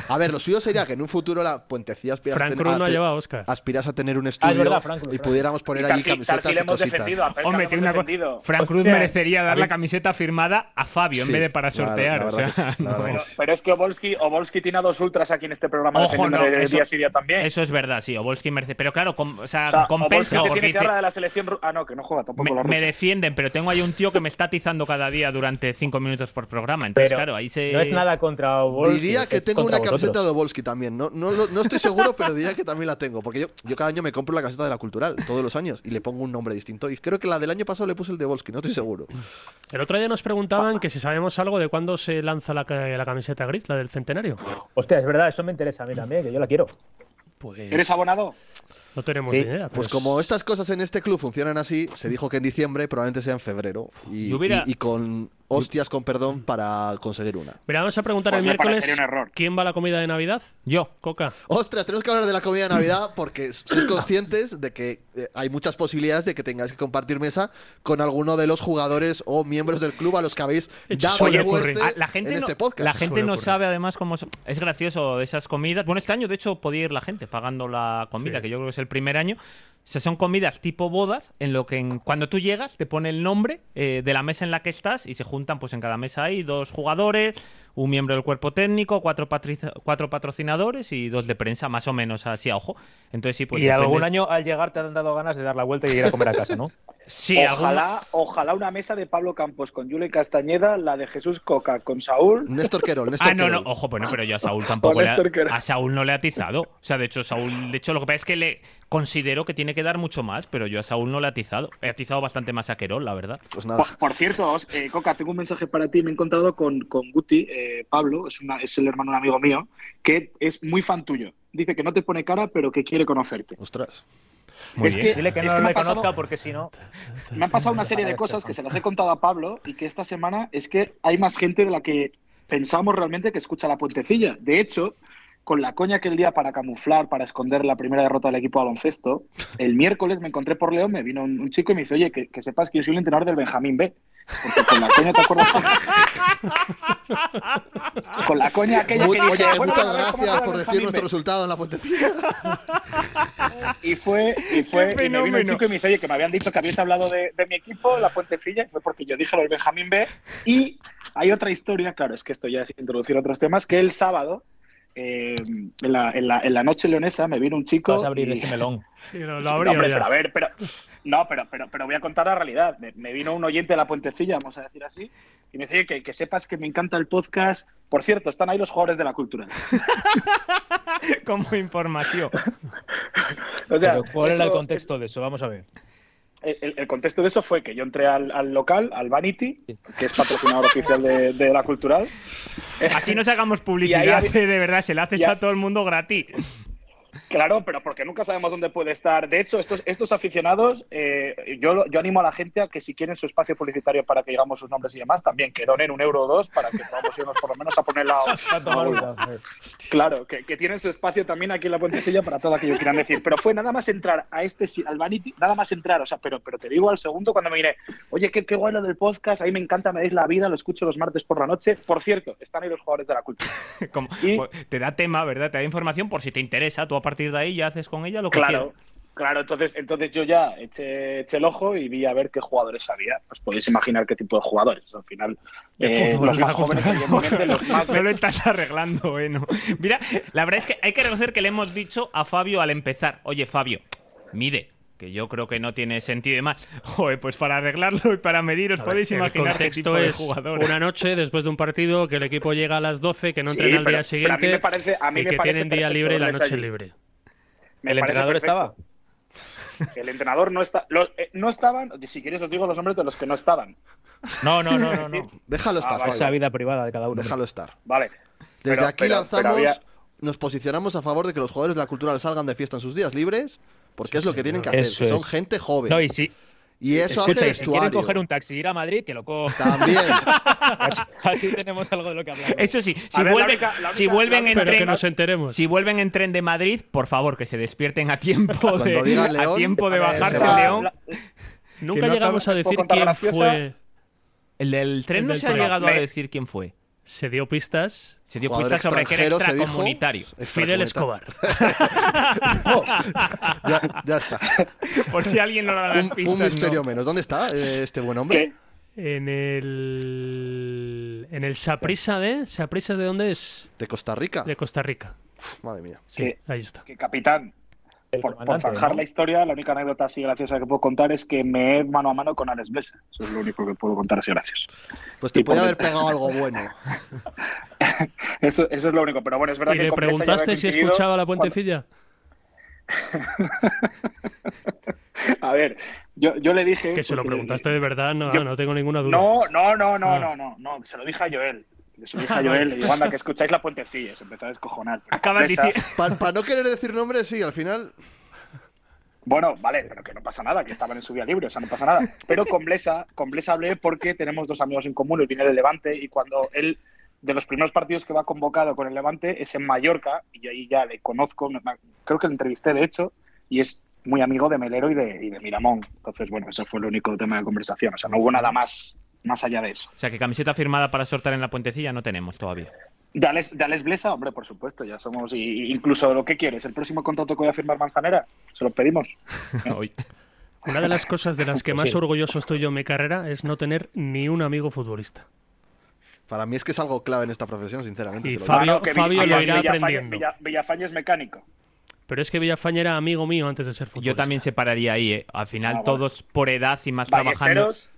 A ver, lo suyo sería que en un futuro la puentecilla aspiras
Frank
a tener-
Cruz no
a,
ha
te-
llevado a Oscar.
aspiras a tener un
Ah,
estudio
es verdad, Frank Cruz,
y
Frank.
pudiéramos poner allí camisetas y cositas.
Hombre, tiene una co- Fran Cruz
Hostia,
merecería dar
¿habéis-
la camiseta firmada a Fabio
Sí,
en vez de para
la- la
sortear. o
verdad
sea,
que sí, la
no
verdad
es-
que
Pero es que Obolski, Obolski tiene a dos ultras aquí en este programa
Ojo,
defendiendo
no,
de
eso-
día sí, día también.
Eso es verdad, sí. Obolski merece. Pero claro, com- o sea,
O sea, Obolski
compensa.
te
porque
tiene que
dice,
ahora de la selección. ru- Ah, no, que no juega tampoco
me,
la
me
rusa.
defienden, pero tengo ahí un tío que me está atizando cada día durante cinco minutos por programa. Entonces,
Pero
claro, ahí se.
no es nada contra Obolski.
Diría que
es
tengo
contra
una camiseta
vosotros.
de Obolski también. No, no, lo- no estoy seguro, pero diría que también la tengo. Porque yo, yo cada año me compro la camiseta de la cultural, todos los años, y le pongo un nombre distinto. Y creo que la del año pasado le puse el de Obolski, no estoy seguro. Pues
El otro día nos preguntaban que si sabemos algo de cuándo se lanza la, ca- la camiseta gris, la del centenario.
Hostia, es verdad, eso me interesa a mí también, que yo la quiero.
Pues
¿Eres abonado?
no tenemos ni idea.
Pues como estas cosas en este club funcionan así, se dijo que en diciembre, probablemente sea en febrero. Y,
Yo hubiera-
y- y con hostias, con perdón, para conseguir una.
Mira, vamos a preguntar
Pues
el
me
miércoles
parecería un error.
quién va a la comida de Navidad.
Yo.
Coca.
Ostras, tenemos que hablar de la comida de Navidad porque sois conscientes de que eh, hay muchas posibilidades de que tengáis que compartir mesa con alguno de los jugadores o miembros del club a los que habéis
Hecho,
dado
suele
muerte
ocurrir. Ah, la gente
en
no,
este podcast.
la gente no sabe además cómo es, es gracioso de esas comidas. Bueno, este año de hecho podía ir la gente pagando la comida,
Sí.
que yo creo que es el primer año. O sea, son comidas tipo bodas, en lo que en- cuando tú llegas te pone el nombre eh, de la mesa en la que estás y se juntan, pues en cada mesa hay dos jugadores, un miembro del cuerpo técnico, cuatro, patrici- cuatro patrocinadores y dos de prensa, más o menos así a ojo. Entonces sí, pues
y
depende-
algún año al llegar te han dado ganas de dar la vuelta y ir a comer a casa, ¿no?
Sí,
ojalá,
algún-
ojalá una mesa de Pablo Campos con Julen Castañeda, la de Jesús Coca con Saúl.
Néstor Querol, Néstor
Ah, no, no,
Querol.
ojo, bueno, pero yo a Saúl tampoco le ha-
Néstor, que era-
a Saúl no le ha atizado. O sea, de hecho, Saúl, de hecho, lo que pasa es que le considero que tiene que dar mucho más, pero yo a Saúl no le he atizado. He atizado bastante más a Querol, la verdad.
Pues
Por,
nada.
por cierto, os- eh, Coca, tengo un mensaje para ti. Me he encontrado con, con Guti, eh, Pablo, es, una- es el hermano de un amigo mío, que es muy fan tuyo. Dice que no te pone cara, pero que quiere conocerte.
Ostras.
Muy
es
bien.
que,
Dile que
es
no
que me, ha
me
pasado,
conozca porque si no.
me han pasado una serie de cosas que se las he contado a Pablo y que esta semana es que hay más gente de la que pensamos realmente que escucha la puentecilla. De hecho, con la coña aquel día para camuflar, para esconder la primera derrota del equipo de baloncesto, el miércoles me encontré por León, me vino un, un chico y me dice, oye, que, que sepas que yo soy el entrenador del Benjamín B. Porque con la coña te acuerdas. con la coña aquella
Mu-
que dije,
oye,
"Bueno,
muchas
a ver cómo
gracias
juega
por
el
decir
Benjamín
nuestro
B".
resultado en la puentecilla.
Y fue, y fue,
¡Qué
y me vino un
fenómeno!
chico y me dice, oye, que me habían dicho que habías hablado de, de mi equipo, la puentecilla, y fue porque yo dije lo del Benjamín B. Y hay otra historia, claro, es que esto ya es introducir otros temas, que el sábado, eh, en, la, en la- en la noche leonesa, me vino un chico.
Vas a abrir
y-
ese melón.
Sí, lo, lo
Sí, no,
abría
hombre,
ya.
pero a ver, pero. No, pero, pero, pero voy a contar la realidad. Me, me vino un oyente de la puentecilla, vamos a decir así, y me dice, oye, que, que sepas que me encanta el podcast. Por cierto, están ahí los jugadores de la cultura.
Como información.
O sea,
Pero ¿Cuál era el
eso-
contexto de eso? Vamos a ver.
El, el- el contexto de eso fue que yo entré al, al local, al Vanity, que es patrocinador oficial de, de la cultural.
Así nos hagamos
Y ahí
publicidad,
había-
de verdad, se la haces
y a-
a todo el mundo gratis.
Claro, pero porque nunca sabemos dónde puede estar. De hecho, estos, estos aficionados, eh, yo, yo animo a la gente a que si quieren su espacio publicitario para que digamos sus nombres y demás, también que donen un euro o dos para que podamos irnos por lo menos a poner la...
A tomar una.
Claro, que, que tienen su espacio también aquí en la puentecilla para todo aquello que quieran decir. Pero fue nada más entrar a este, si- al Vanity, nada más entrar, o sea, pero, pero te digo al segundo cuando me diré, oye, qué, qué guay lo del podcast, ahí me encanta, me dais la vida, lo escucho los martes por la noche. Por cierto, están ahí los jugadores de la cultura.
Como- pues, te da tema, ¿verdad? Te da información por si te interesa. Tú a partir de ahí ya haces con ella lo que
Claro,
quieras.
claro, entonces, entonces yo ya eché, eché el ojo y vi a ver qué jugadores había. Os podéis imaginar qué tipo de jugadores. Al final,
El
eh,
fútbol
los
que
más
la compra.
jóvenes, evidentemente, los más
No lo estás arreglando, ¿eh? No. Mira, la verdad es que hay que reconocer que le hemos dicho a Fabio al empezar, oye, Fabio, mide, que yo creo que no tiene sentido y más. Joder, pues para arreglarlo y para medir, os
A ver,
podéis
el
imaginar qué
contexto
tipo de
es
jugadores.
una noche después de un partido que el equipo llega a las 12, que no
Sí,
entrena al
pero- pero
día
a
siguiente
mí me parece- a mí
y
me
que
parece
tienen día
perfecto
libre y la
verles
noche
allí.
libre.
Me parece perfecto. El entrenador no está. los- eh, no estaban. Si quieres, os digo los nombres de los que no estaban.
No, no, no, no. no.
Déjalo estar, Fabio.
Esa vida privada de cada uno.
Déjalo estar.
Vale.
Desde
Pero-
aquí
pero-
lanzamos,
pero había-
nos posicionamos a favor de que los jugadores de la cultura salgan de fiesta en sus días libres, porque es lo que tienen que hacer.
Eso
que son
es.
gente joven.
No, y si-
Y
Escucha,
eso hace
y si quieren
vestuario.
coger un taxi y ir a Madrid, que lo cojan.
También.
así, así tenemos algo de lo que hablar.
Eso sí, si
A ver, la
vuelven,
única- la
si
única-
vuelven
la
en
única-
tren,
Pero que nos
enteremos.
Si vuelven en tren de Madrid, por favor, que se despierten a tiempo de,
Cuando diga
a
León,
tiempo de
a ver,
bajarse
se
a
va.
León.
La-
Nunca
Que no
llegamos a
acaba-
decir
¿Puedo contar
quién
graciosa?
fue.
El del tren
El
no
del
se ha
tren.
llegado a
Me-
decir quién fue.
Se dio pistas.
Se dio pistas sobre que era extracomunitario.
Fidel Escobar.
Ya, ya está.
Por si alguien no lo da las
un, un
pistas,
misterio
no.
menos. ¿Dónde está eh, este buen hombre?
En el. En el Saprisa de. ¿Saprisa de dónde es?
De Costa Rica.
De Costa Rica.
Madre mía.
Sí,
Que-
ahí está.
que capitán. Por, por
comandante,
zanjar
¿no?
la historia, la única anécdota así graciosa que puedo contar es que me he mano a mano con Alex Blesa. Eso es lo único que puedo contar así gracioso.
Pues te
Y por
podía haber
dentro.
pegado algo bueno.
Eso, eso es lo único, pero bueno, es verdad
¿Y
que
le
con Blesa ya
preguntaste
había
si
coincidido
escuchaba la
cuando-
puentecilla?
A ver, yo, yo le dije.
Que se lo
porque-
preguntaste de verdad, no,
Yo-
no tengo ninguna duda.
No, no, no, no,
Ah.
no, no, no, se lo dije a Joel. Se lo dije
Ah,
a Joel,
vale.
y anda, que escucháis la puentecilla, se empezó a descojonar. Pero
Acaban
Blesa-
diciendo-
Para no querer decir nombres, sí, al final.
Bueno, vale, pero que no pasa nada, que estaban en su día libre, o sea, no pasa nada. Pero con Blesa, con Blesa hablé porque tenemos dos amigos en común, él viene del Levante, y cuando él, de los primeros partidos que va convocado con el Levante, es en Mallorca, y yo ahí ya le conozco, me- me- creo que le entrevisté de hecho, y es muy amigo de Melero y de, y de Miramón. Entonces, bueno, eso fue el único tema de conversación, o sea, no hubo nada más, más allá de eso.
O sea, que camiseta firmada para sortar en la puentecilla no tenemos todavía.
Dales, dales Blesa, hombre, por supuesto, ya somos, y- incluso lo que quieres, el próximo contrato que voy a firmar Manzanera, se lo pedimos.
Hoy.
Una de las cosas de las que más
Sí.
orgulloso estoy yo en mi carrera es no tener ni un amigo futbolista.
Para mí es que es algo clave en esta profesión, sinceramente.
Y
te lo digo.
Fabio,
No, que
Fabio
Villa-
lo irá
Villafañe-
aprendiendo.
Villa- Villafañe es mecánico.
Pero es que Villafaña era amigo mío antes de ser futbolista.
Yo también separaría ahí, ¿eh? Al final,
Ah, vale.
todos por edad y más trabajando.
Ballesteros,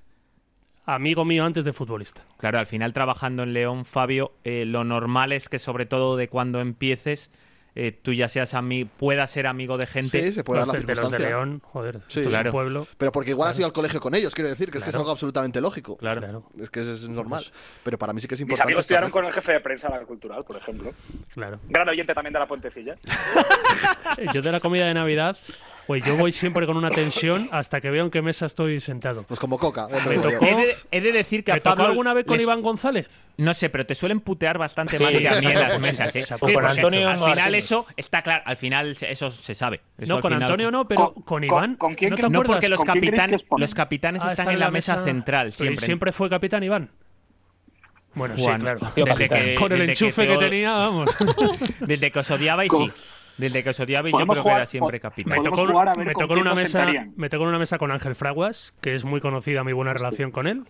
Amigo mío antes de futbolista.
Claro, al final trabajando en León, Fabio, eh, lo normal es que sobre todo de cuando empieces, eh, tú ya seas ami puedas ser amigo de gente.
Sí, se puede
los
dar la
de, de los de
circunstancia.
León, joder,
Sí,
esto es
claro.
un pueblo.
Pero porque igual has ido al colegio con ellos, quiero decir, que es que es
Claro. Pues
algo absolutamente lógico.
Claro.
Es que eso es normal. Pero para mí sí que es
mis
importante.
amigos estudiaron
estar
con el jefe de prensa de la cultural, por ejemplo.
Claro.
Gran oyente también de la Pontecilla.
Yo de la comida de Navidad, pues yo voy siempre con una tensión hasta que veo en qué mesa estoy sentado.
Pues como coca. ya te
Me
lo digo
tocó,
He de, he de decir que a
¿Me tocó
Pablo
alguna vez con
les-
Iván González?
No sé, pero te suelen putear bastante más
Sí,
que a mí en las
sí,
mesas. ¿eh?
sí, sí,
Que,
con
por cierto,
Antonio
al final
Martínez.
eso está claro. Al final se- eso se sabe. Eso
no,
al
con
final-
Antonio no, pero con, Iván.
con quién
¿No te
cre-
No,
acuerdas?
porque los,
¿Con quién crees
capitán-
que os ponen?
los capitanes
Ah,
están en la mesa, central
Pero ¿y
siempre.
siempre fue capitán Iván. Bueno,
Juan,
sí, claro.
desde que-
con el
desde que
enchufe que,
todo-
tenía, vamos.
Desde que os odiaba y
Con-
sí. Desde que os odiaba y yo
Podemos
creo que
jugar-
era siempre
po-
capitán.
Me
Podemos
tocó,
jugar a ver
me
con
tocó en
quién
una
nos
mesa,
sentarían.
me tocó en una mesa con Ángel Fraguas, que es muy conocida mi buena relación con él.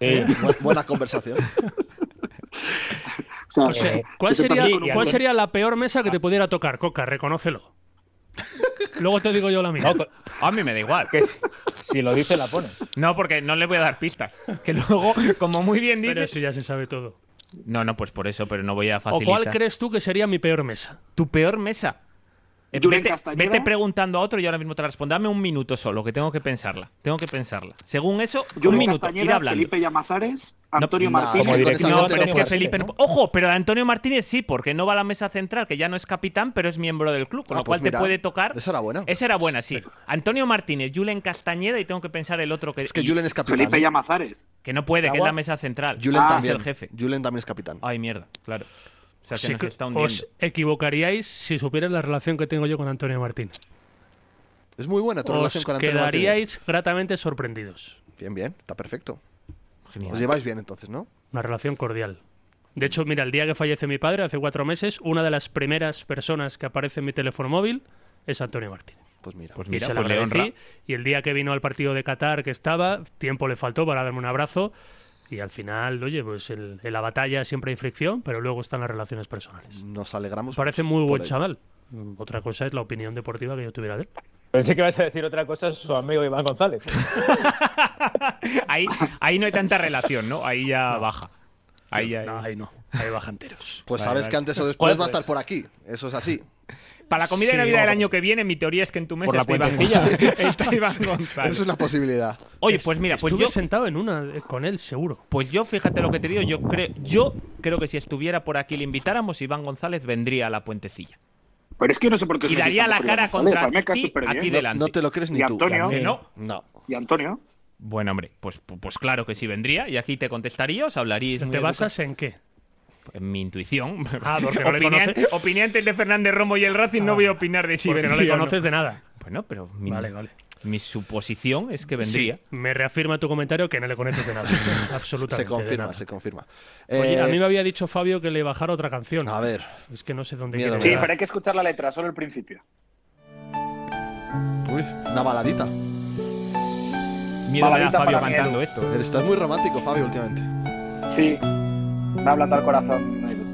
Bu- Buena conversación.
O sea,
O sea,
eh,
¿cuál,
que se
sería,
perdían,
¿cuál
¿no?
sería la peor mesa que
Ah.
te pudiera tocar, Coca? Reconócelo. Luego te digo yo la mía.
No, co-
A mí me da igual.
que si, si lo dice, la pone.
No, porque no le voy a dar pistas. Que luego, como muy bien
Pero
dices.
eso ya se sabe todo.
No, no, pues por eso, pero no voy a
¿O
facilitar.
cuál crees tú que sería mi peor mesa?
¿Tu peor mesa? Eh,
Julen
vete,
Castañeda.
vete preguntando a otro y ahora mismo te respondo. Dame un minuto solo, que tengo que pensarla. Tengo que pensarla. Según eso,
Julen
un minuto. Ir
Castañeda,
hablando.
Felipe Llamazares, Antonio
No, es
Martínez.
que- no, pero es que Felipe. no- Ojo, pero de Antonio Martínez sí, porque no va a la mesa central, que ya no es capitán, pero es miembro del club, con
Ah,
lo
pues
cual
mira,
te puede tocar.
Esa era buena.
Esa era buena, sí. Antonio Martínez, Julen Castañeda y tengo que pensar el otro que.
Es que
y-
Julen es capitán. ¿eh?
Llamazares.
Que no puede, que es
Agua.
la mesa central.
Julen
Ah,
también.
Es el jefe.
Julen también es capitán.
Ah,
Ay, mierda, claro. O sea,
Sí
que nos
que-
está hundiendo.
os equivocaríais si supierais la relación que tengo yo con Antonio Martínez.
Es muy buena tu
os
relación con Antonio Martínez.
quedaríais gratamente sorprendidos.
Bien, bien, está perfecto. Os lleváis bien entonces, ¿no?
Una relación cordial. De hecho, mira, el día que fallece mi padre, hace cuatro meses, una de las primeras personas que aparece en mi teléfono móvil es Antonio Martínez.
Pues mira,
Pues
Y
mira,
se lo
pues le
agradecí,
honra.
Y el día que vino al partido de Qatar que estaba, tiempo le faltó para darme un abrazo. Y al final, oye, pues el- en la batalla siempre hay fricción, pero luego están las relaciones personales.
Nos alegramos.
Parece muy
Mm, por
buen
ello.
chaval. Mm, Otra cosa es la opinión deportiva que yo tuviera de él.
Pensé que vas a decir otra cosa su amigo Iván González.
Ahí, ahí no hay tanta relación, ¿no? Ahí ya baja. Ahí ya.
No, ahí no. Ahí bajan teros.
Pues
Vale,
sabes
vale.
que antes o después
¿Cuál?
va a estar por aquí. Eso es así.
Para la comida
Sí,
de Navidad del
no.
año que viene, mi teoría es que en tu mesa
Por la
está Iván,
puentecilla.
González. Está Iván González.
Es una posibilidad.
Oye, pues mira, pues
Estuve
yo,
sentado en una eh, con él, seguro.
pues yo, fíjate lo que te digo, yo creo, yo creo que si estuviera por aquí le invitáramos, Iván González vendría a la puentecilla.
Pero es que no sé por qué. os
Y
metéis
daría la
tanto con
cara contra
Iván González, a mí me cae
ti,
superbién.
aquí
No-
delante.
No te lo crees ni
Y
tú.
Antonio.
Que no.
No.
Y Antonio.
Bueno, hombre, pues, pues claro que sí vendría. Y aquí te contestaría, os hablaríais. muy
¿Te
educa-
basas en qué?
En mi intuición.
Ah, porque no le
Opinian-
conoce-
Opiniantes de Fernández Romo y el Racing, no voy a opinar de si
Porque no le
vendría o
conoces de nada.
Bueno, pero mi,
Vale, vale.
mi suposición es que vendría.
Sí, me reafirma tu comentario que no le conoces de nada. Absolutamente.
Se
de
confirma,
nada.
se confirma.
Oye, a
Eh,
mí me había dicho Fabio que le bajara otra canción.
a ver.
Es que no sé dónde
Miedo,
quiere
Sí,
llegar.
pero hay que escuchar la letra, solo el principio.
Uy, una baladita.
Miedo me da
Baladita
Fabio
para miedo.
cantando esto.
Pero Estás muy romántico, Fabio, últimamente.
Sí. Me ha ablandado el corazón. Naidu.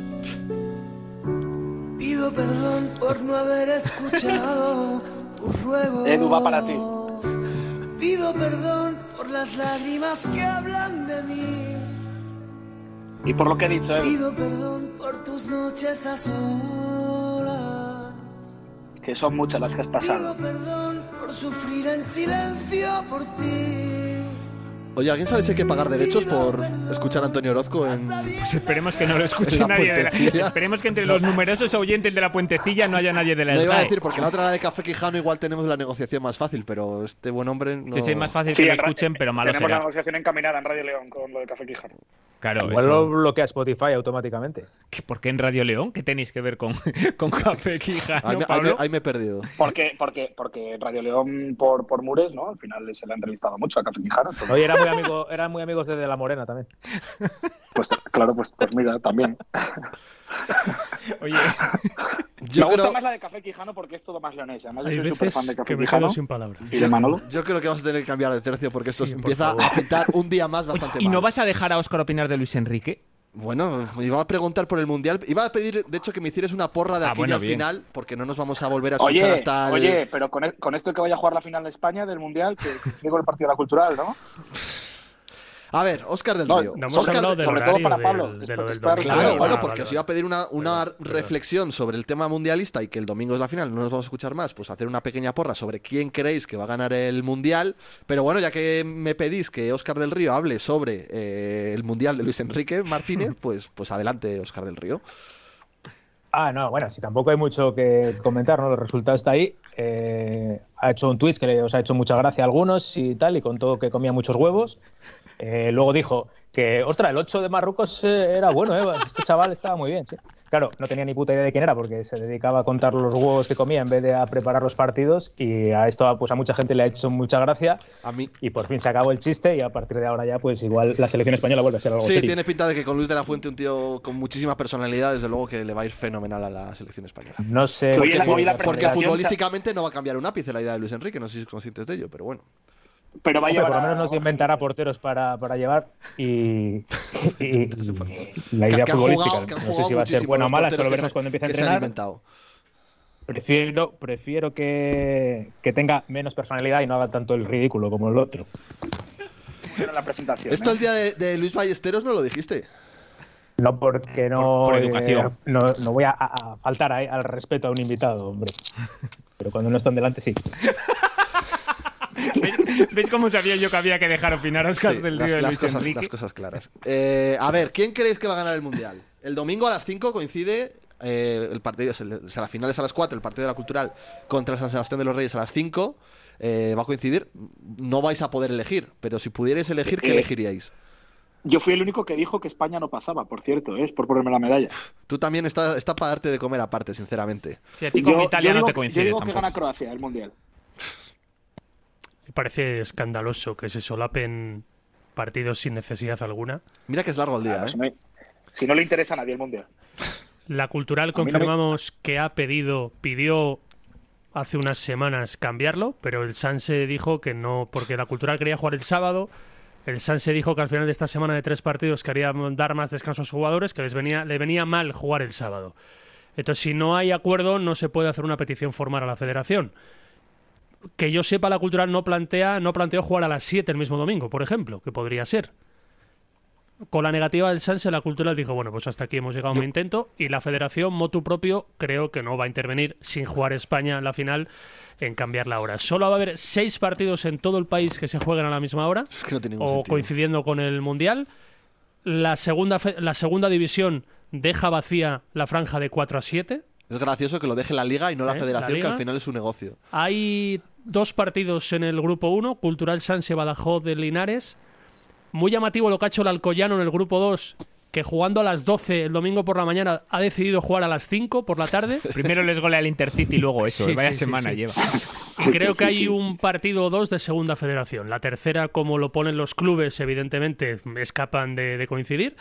Pido perdón por no haber escuchado tu ruego.
Edu, va para ti.
Pido perdón por las lágrimas que hablan de mí.
Y por lo que he dicho, Edu,
Pido perdón por tus noches a solas.
que son muchas las que has
Pido
pasado.
perdón por sufrir en silencio por ti.
Oye, ¿alguien sabe si hay que pagar derechos por escuchar a Antonio Orozco en.
Pues esperemos que no lo escuche
La
nadie. de la-
puentecilla.
esperemos que entre los numerosos oyentes de la puentecilla no haya nadie de la
No iba a
SGAE.
decir, porque la otra era de Café Quijano, igual tenemos la negociación más fácil, pero este buen hombre no.
Sí, sí, es más fácil
Sí,
que lo
en ra-
escuchen, pero malo
Tenemos la
será.
negociación encaminada en Radio León con lo de Café Quijano.
Claro,
Igual
eso-
lo bloquea Spotify automáticamente.
¿Qué- ¿Por qué en Radio León? ¿Qué tenéis que ver con, con Café Quijano,
Ahí me, ahí me-
Pablo?
ahí me he perdido.
Porque, porque, porque Radio León por, por Mures, ¿no? Al final se le ha entrevistado mucho a Café Quijano. entonces,
Oye, eran muy, amigo, eran muy amigos desde La Morena también.
pues claro, pues, pues mira, también.
Oye,
Yo
Me gusta
creo,
más la de Café Quijano porque es todo más leonés. Además, yo
Hay
soy súper fan
veces
de Café
que me quedo
Quijano.
sin palabras.
Y de Manolo.
yo creo que vamos a tener que cambiar de tercio porque esto
Sí, por
empieza
favor.
a pintar un día más bastante
¿y
mal.
no vas a dejar a Óscar opinar de Luis Enrique?
Bueno, iba a preguntar por el mundial. Iba a pedir, de hecho, que me hicieras una porra de
Ah,
aquí
bueno,
al
bien.
final, porque no nos vamos a volver a escuchar
Oye,
hasta el.
oye, pero con, con esto que vaya a jugar la final de España del Mundial, que coincide con el Partido de la Cultural, ¿no?
A ver, Óscar del
No,
Río.
No hemos
Óscar
hablado
de-
del
sobre todo
horario,
para Pablo,
del-
que
de lo del
está
domingo.
Claro,
Claro,
bueno,
Ah,
porque
vale,
os iba a pedir una, una reflexión sobre el tema mundialista y que el domingo es la final, no nos vamos a escuchar más, pues hacer una pequeña porra sobre quién creéis que va a ganar el mundial. Pero bueno, ya que me pedís que Óscar del Río hable sobre eh, el mundial de Luis Enrique Martínez, pues, pues adelante, Óscar del Río.
Ah, no, bueno, si tampoco hay mucho que comentar, ¿no? El resultado está ahí. Eh, ha hecho un tuit que le- os ha hecho mucha gracia a algunos y tal, y contó que comía muchos huevos. Eh, luego dijo que, ostras, el 8 de Marruecos eh, era bueno, ¿eh? Este chaval estaba muy bien, sí. Claro, no tenía ni puta idea de quién era porque se dedicaba a contar los huevos que comía en vez de a preparar los partidos y a esto pues a mucha gente le ha hecho mucha gracia
A mí.
y por fin se acabó el chiste y a partir de ahora ya pues igual la selección española vuelve a ser algo
Sí,
serio.
tiene pinta de que con Luis de la Fuente, un tío con muchísima personalidad, desde luego que le va a ir fenomenal a la selección española.
No sé...
Eh, Oye,
Porque,
la-
fu-
oye, la
porque
presentación-
futbolísticamente no va a cambiar un ápice la idea de Luis Enrique, no sé si sois conscientes de ello, pero bueno.
Pero
Hombre,
vaya.
por lo menos nos inventará porteros para, para llevar y, y- y la idea
Que- que han
futbolística.
jugado- que han
no sé
jugado
si va a ser
muchísimo
buena o
los
mala,
porteros
eso lo
que
veremos
se-
cuando empiece a
que se han
entrenar.
inventado.
Prefiero, prefiero que, que tenga menos personalidad y no haga tanto el ridículo como el otro.
la presentación.
Esto
¿eh?
el día de, de Luis Ballesteros no lo dijiste.
No porque no,
Por- por educación.
eh, no, no voy a, a- a faltar a- al respeto a un invitado, hombre. Pero cuando no están delante, sí.
¿Veis cómo sabía yo que había que dejar opinar a Oscar
Sí,
del
las-
Río de
las
Luis
cosas-
Enrique?
las cosas claras. Eh, a ver, ¿quién creéis que va a ganar el Mundial? El domingo a las 5 coincide eh, el partido, es el- o sea, la final es a las 4, el partido de la Cultural contra el San Sebastián de los Reyes a las 5. eh, va a coincidir, no vais a poder elegir, pero si pudierais elegir, ¿qué
Eh,
elegiríais?
Yo fui el único que dijo que España no pasaba, por cierto, ¿eh? es por ponerme la medalla.
Tú también está, está para darte de comer aparte, sinceramente.
Sí, a
ti con Yo- Italia yo no digo-
te coincide
Yo digo que
tampoco.
gana Croacia el Mundial.
Me parece escandaloso que se solapen partidos sin necesidad alguna.
Mira que es largo el día,
¿eh? Si no le interesa a nadie el Mundial.
La Cultural
no me-
confirmamos que ha pedido, pidió hace unas semanas cambiarlo, pero el Sanse dijo que no, porque la Cultural quería jugar el sábado. El Sanse dijo que al final de esta semana de tres partidos quería dar más descanso a sus jugadores, que les venía, le venía mal jugar el sábado. Entonces, si no hay acuerdo, no se puede hacer una petición formal a la federación. Que yo sepa, la Cultural no plantea, no planteó jugar a las 7 el mismo domingo, por ejemplo, que podría ser. Con la negativa del Sanse, la Cultural dijo, bueno, pues hasta aquí hemos llegado a mi intento y la Federación, motu propio, creo que no va a intervenir sin jugar España en la final en cambiar la hora. Solo va a haber seis partidos en todo el país que se jueguen a la misma hora
que no tiene
o
ningún sentido.
coincidiendo con el Mundial. La segunda, fe- la segunda división deja vacía la franja de 4 a 7.
Es gracioso que lo deje la liga y no la
¿Eh? La
federación, que
liga.
al final es su negocio.
Hay dos partidos en el grupo 1, Cultural Sanse Badajoz de Linares. Muy llamativo lo que ha hecho el Alcoyano en el grupo 2, que jugando a las 12 el domingo por la mañana ha decidido jugar a las 5 por la tarde.
Primero les golea el Intercity y luego eso.
Sí,
eh, Vaya
sí, sí,
semana
sí.
lleva.
Y creo que hay un partido o dos de segunda federación. La tercera, como lo ponen los clubes, evidentemente escapan de, de coincidir.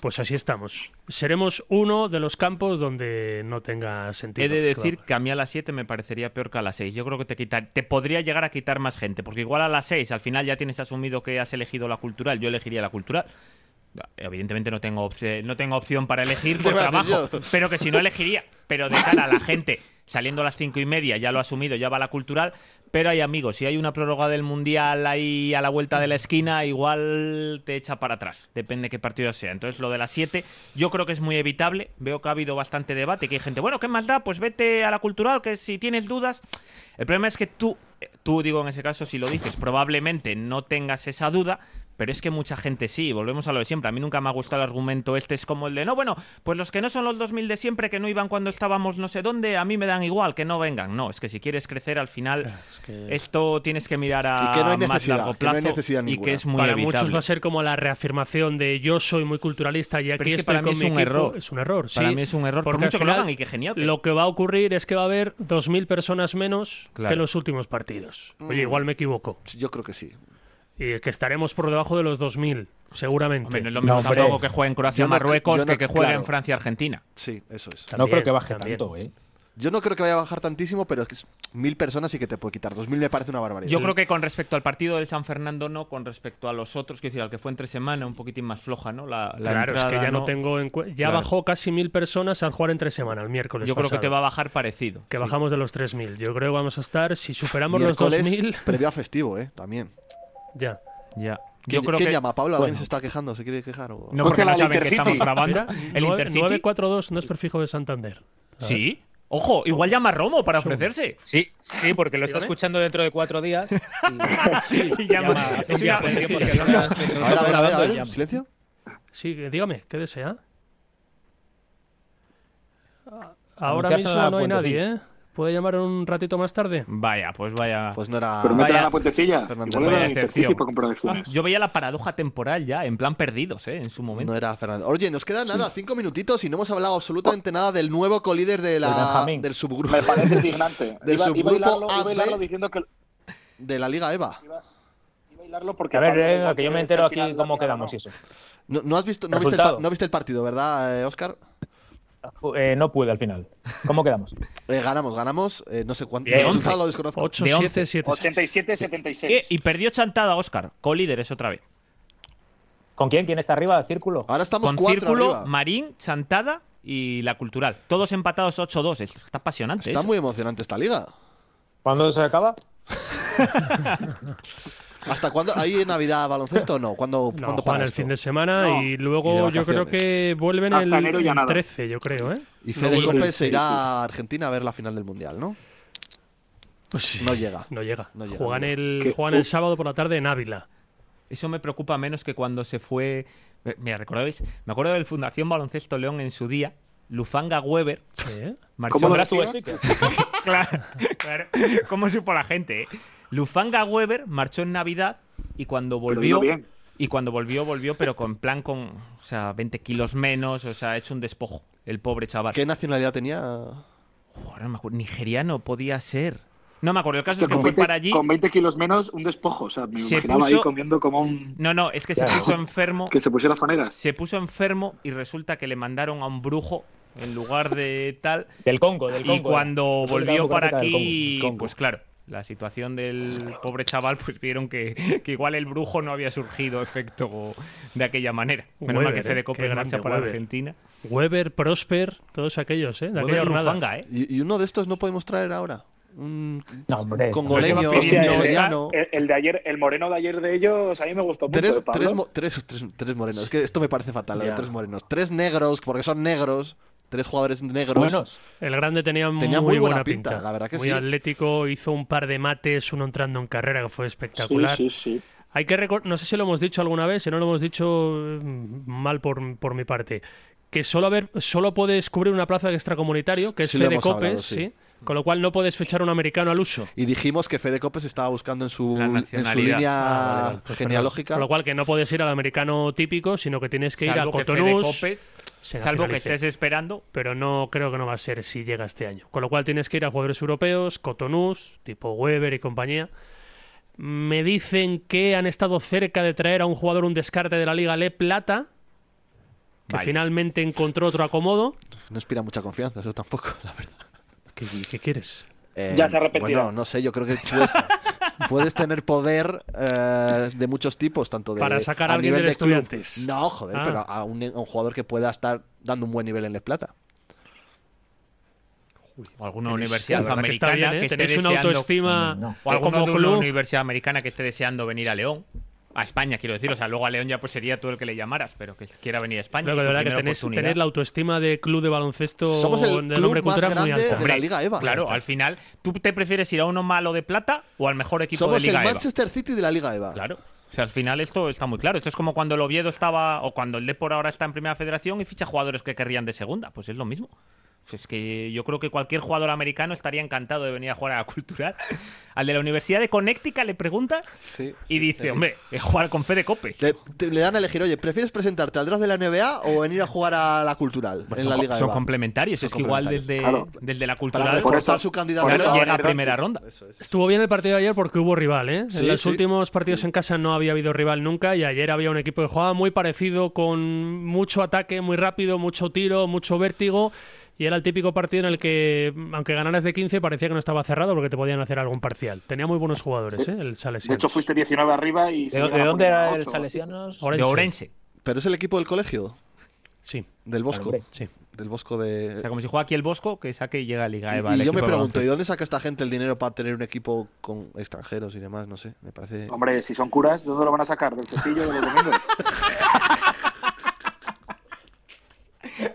Pues así estamos. Seremos uno de los campos donde no tenga sentido.
He de decir
Claro.
que a mí a las 7 me parecería peor que a las 6. Yo creo que te quitar, te podría llegar a quitar más gente, porque igual a las 6 al final ya tienes asumido que has elegido la cultural, yo elegiría la cultural. Evidentemente no tengo, opci- no tengo opción para elegir por
Te iba a decir
trabajo,
yo.
pero que si no elegiría. Pero de cara a la gente, saliendo a las 5 y media, ya lo ha asumido, ya va la cultural. Pero hay amigos, si hay una prórroga del mundial ahí a la vuelta de la esquina, igual te echa para atrás. Depende qué partido sea. Entonces, lo de las 7, yo creo que es muy evitable. Veo que ha habido bastante debate, que hay gente, bueno, ¿qué más da? Pues vete a la cultural, que si tienes dudas. El problema es que tú, eh, tú digo en ese caso, si lo dices, probablemente no tengas esa duda. Pero es que mucha gente sí, volvemos a lo de siempre. A mí nunca me ha gustado el argumento este, es como el de, no, bueno, pues los que no son los 2000 de siempre, que no iban cuando estábamos no sé dónde, a mí me dan igual, que no vengan. No, es que si quieres crecer al final, esto tienes que mirar a
Y que no hay
más
necesidad,
largo
que no
plazo
hay necesidad
y
ninguna.
que es muy
para
evitable.
muchos va a ser como la reafirmación de yo soy muy culturalista y aquí
Pero es que
estoy
para mí
con
es
mi
un
equipo.
error.
Es un error,
Para
sí.
mí es un error, por
Porque al
mucho que lo
final,
hagan y que genial. que-
Lo que va a ocurrir es que va a haber 2.000 personas menos
Claro.
que los últimos partidos. Oye,
Mm.
igual me equivoco.
Yo creo que sí.
Y que estaremos por debajo de los 2.000, seguramente.
Hombre, no es lo mismo tampoco que juegue en Croacia
Yo no-
Marruecos
yo no-
que que juegue
claro.
en Francia Argentina.
Sí, eso es.
no creo que baje
también.
tanto, ¿eh?
Yo no creo que vaya a bajar tantísimo, pero es que es mil personas sí que te puede quitar. Dos mil me parece una barbaridad.
Yo creo que con respecto al partido del San Fernando no, con respecto a los otros, quiero decir, al que fue entre semana, un poquitín más floja, ¿no? La, la
claro, es que
entrada,
ya no, tengo en cue- Ya
Claro.
bajó casi 1.000 personas al jugar entre semana, el miércoles
Yo creo que
pasado.
te va a bajar parecido.
Que
sí.
bajamos de los 3.000. Yo creo que vamos a estar, si superamos
Miércoles,
los 2.000,
previo a festivo, ¿eh? También.
ya.
Ya. Yo
¿Quién,
creo
quién
que
llama? ¿Pablo? ¿Alguien
Bueno.
se está quejando? ¿Se quiere quejar? o-
No, porque
Cógela
no
al
saben que
Intercity.
estamos grabando. El
Nueve-
Intercity.
942 no es prefijo de Santander.
Sí. Ojo, igual llama a Romo para ofrecerse.
Sí, sí, porque lo está escuchando dentro de cuatro días.
Y llama- es una-
A ver, a ver, a ver, a ver. ¿Silencio?
Sí, dígame, ¿qué desea? Ahora
Anunciarse
mismo
a la
no hay
puentecilla.
nadie, ¿eh? ¿Puede llamar un ratito más tarde?
Vaya, pues vaya.
Pues no era.
Pero meten
Vaya-
a este la puentecilla.
Fernández,
Igual era
vaya
el
decepción.
Intercity para comprar acciones.
Yo veía la paradoja temporal ya, en plan perdidos, ¿eh? En su momento.
No era Fernando. Oye, nos quedan nada, cinco minutitos y no hemos hablado absolutamente nada del nuevo colíder de
Del
la,
Benjamín.
del subgrupo
Me parece indignante.
Del
iba, iba a
subgrupo
hilarlo, iba a
AB.
hilarlo diciendo que
de la Liga E Eva.
iba a hilarlo porque
A ver,
Pablo
eh,
dijo
que yo me
este
entero
final
aquí
la
cómo
final
quedamos y
no.
eso.
No, no has visto, no viste, el
Resultado.
pa- no viste el partido, ¿verdad, Oscar?
Eh, no pude al final. ¿Cómo quedamos?
ganamos, ganamos. eh, no sé cuánto.
Bien,
el resultado
once.
lo desconozco.
8,
De
7, 7.
87-76.
Eh, y perdió chantada Oscar, colíderes otra vez.
¿Con quién? ¿Quién está arriba? ¿Círculo?
Ahora estamos
Con
cuatro
Círculo,
arriba.
Marín, chantada y la cultural. Todos empatados 8-2. Es- Está apasionante.
Está
eso.
muy emocionante esta liga.
¿Cuándo se acaba?
¿Hasta cuándo? ¿Hay Navidad baloncesto o no? ¿Cuándo,
No,
¿cuándo
juegan
para
el
esto?
fin de semana
No.
y
Y de
luego yo creo
vacaciones.
que vuelven
Hasta
el
enero ya nada.
13, yo creo, ¿eh?
Y
No
Fede
vuelven.
López se irá a Argentina a ver la final del Mundial, ¿no? No llega.
Pues No llega.
No llega.
Juegan
no llega.
el,
Que-
juegan el
Uf.
sábado por la tarde en Ávila.
Eso me preocupa menos que cuando se fue. eh, Mira, ¿recordáis? Me acuerdo del Fundación Baloncesto León en su día. Lufanga Weber. Marchó
¿Cómo lo
a Brasil.
decías?
claro, claro. ¿Cómo supo la gente? eh? Lufanga Weber marchó en Navidad y cuando volvió.
vino bien.
Y cuando volvió, volvió, pero con plan con o sea, 20 kilos menos. O sea, hecho un despojo. El pobre chaval.
¿Qué nacionalidad tenía?
Joder, no me acuerdo. Nigeriano podía ser. No me acuerdo. El caso
Hostia,
es que
con
fue
20
para allí.
Con 20 kilos menos, un despojo. O sea, me
Se
imaginaba ahí
puso-
comiendo como un.
No, no, es que se
Claro.
puso enfermo.
Que se pusiera faneras.
Se puso enfermo y resulta que le mandaron a un brujo en lugar de tal.
Del Congo, del
Y
Congo, eh.
cuando
República
volvió para
Democrática del
aquí,
Congo. Congo.
pues claro, la situación del pobre chaval, pues vieron que, que igual el brujo no había surgido efecto de aquella manera. Menos mal que
Weber,
Fede
eh,
Cope
qué
marcha
grande,
para
Weber.
Argentina.
Weber, Prosper, todos aquellos, ¿eh? De
Weber
aquella jornada.
Lufanga, ¿eh?
¿Y, y uno de estos no podemos traer ahora? Un
No, hombre.
congoleño,
Hostia, el de-
nigeriano.
el, el de ayer, el moreno de ayer de ellos, a mí me gustó mucho.
Tres,
¿eh? de Pablo.
tres, mo- tres- tres- tres morenos. Es que esto me parece fatal, lo de
Ya.
tres morenos. Tres negros, porque son negros. Tres jugadores negros.
El grande tenía,
Tenía
muy,
muy buena
buena pinta,
pinta, la verdad que
muy
sí.
atlético, hizo un par de mates, uno entrando en carrera que fue espectacular.
Sí, sí, sí.
Hay que recor- no sé si lo hemos dicho alguna vez, si no lo hemos dicho eh, mal por, por mi parte, que solo haber solo puedes cubrir una plaza de extracomunitario, que es
Sí, lo
Fede
hemos
Copes,
hablado,
sí.
sí.
Con lo cual no puedes fichar a un americano al uso.
Y dijimos que Fede Copes estaba buscando en su, en su
Nacionalidad.
línea
Ah, vale, vale. Pues
genealógica.
perdón. Con lo cual que no puedes ir al americano típico, sino que tienes que ir a
Salvo que Fede
Cotonou.
Copes, salvo que estés esperando.
Pero no creo que no va a ser si llega este año. Con lo cual tienes que ir a jugadores europeos, Cotonou, tipo Weber y compañía. Me dicen que han estado cerca de traer a un jugador un descarte de la Liga Le Plata, que
Vaya.
finalmente encontró otro acomodo.
No inspira mucha confianza, eso tampoco, la verdad.
¿Qué, quieres?
Eh,
Ya se arrepentirá.
Bueno, no sé, yo creo que puedes, puedes tener poder eh, de muchos tipos, tanto de.
Para sacar a alguien
nivel
del
de club.
Estudiantes.
No, joder,
Ah.
pero a un, a un jugador que pueda estar dando un buen nivel en Les Plata.
O alguna
Tenéis-
universidad
la verdad que está
americana
bien, ¿eh?
que esté
Tenéis una
deseando-
autoestima No.
o alguno
como
de una
club.
universidad americana que esté deseando venir a León. A España, quiero decir. O sea, luego a León ya pues sería tú el que le llamaras, pero que quiera venir a España.
Creo que
es su
de verdad que
primera
tenés,
oportunidad.
tener la autoestima de club de baloncesto
Somos el
de
club
nombre
más
cultura muy
grande
alta.
de la Liga
EVA.
Claro, al final, ¿tú te prefieres ir a uno malo de plata o al mejor equipo
Somos
de Liga
el
EVA?
Manchester City de la Liga EVA.
Claro. O sea, al final esto está muy claro. Esto es como cuando el Oviedo estaba, o cuando el Depor ahora está en Primera Federación y ficha jugadores que querrían de segunda. Pues es lo mismo. O sea, es que yo creo que cualquier jugador americano estaría encantado de venir a jugar a la Cultural. Al de la Universidad de Connecticut le pregunta y dice, hombre, es jugar con Fede Copes.
Le, te- le dan a elegir, oye, ¿prefieres presentarte al draft de la NBA o venir a jugar a la cultural en
son
la
co-
Liga
son
EVA?
complementarios.
Son
es que igual desde,
complementarios. Claro.
desde la Cultural...
Para reforzar su candidatura
Claro,
a
llega a
ganar
primera ronda.
Estuvo bien el partido de ayer porque hubo rival, ¿eh?
Sí,
en los
sí.
últimos partidos en casa no había habido rival nunca y ayer había un equipo que jugaba muy parecido, con mucho ataque, muy rápido, mucho tiro, mucho vértigo. Y era el típico partido en el que, aunque ganaras de 15, parecía que no estaba cerrado porque te podían hacer algún parcial. Tenía muy buenos jugadores, ¿eh? El
De
Salesiano.
hecho, fuiste 19 arriba y. se
¿De-
llegan
de
a
dónde
poner
era
a
el
ocho o así.
Salesianos?
Pero es el equipo del colegio.
Sí.
Del Bosco.
Hombre.
Sí.
Del Bosco de.
O sea, como si juega aquí el Bosco, que saque y llega a Liga Eva.
y
el
yo me
equipo de
pregunto, ¿y
baloncesto.
dónde saca esta gente el dinero para tener un equipo con extranjeros y demás? No sé, me parece...
Hombre, si son curas, ¿de dónde lo van a sacar? ¿Del cestillo de los domingos?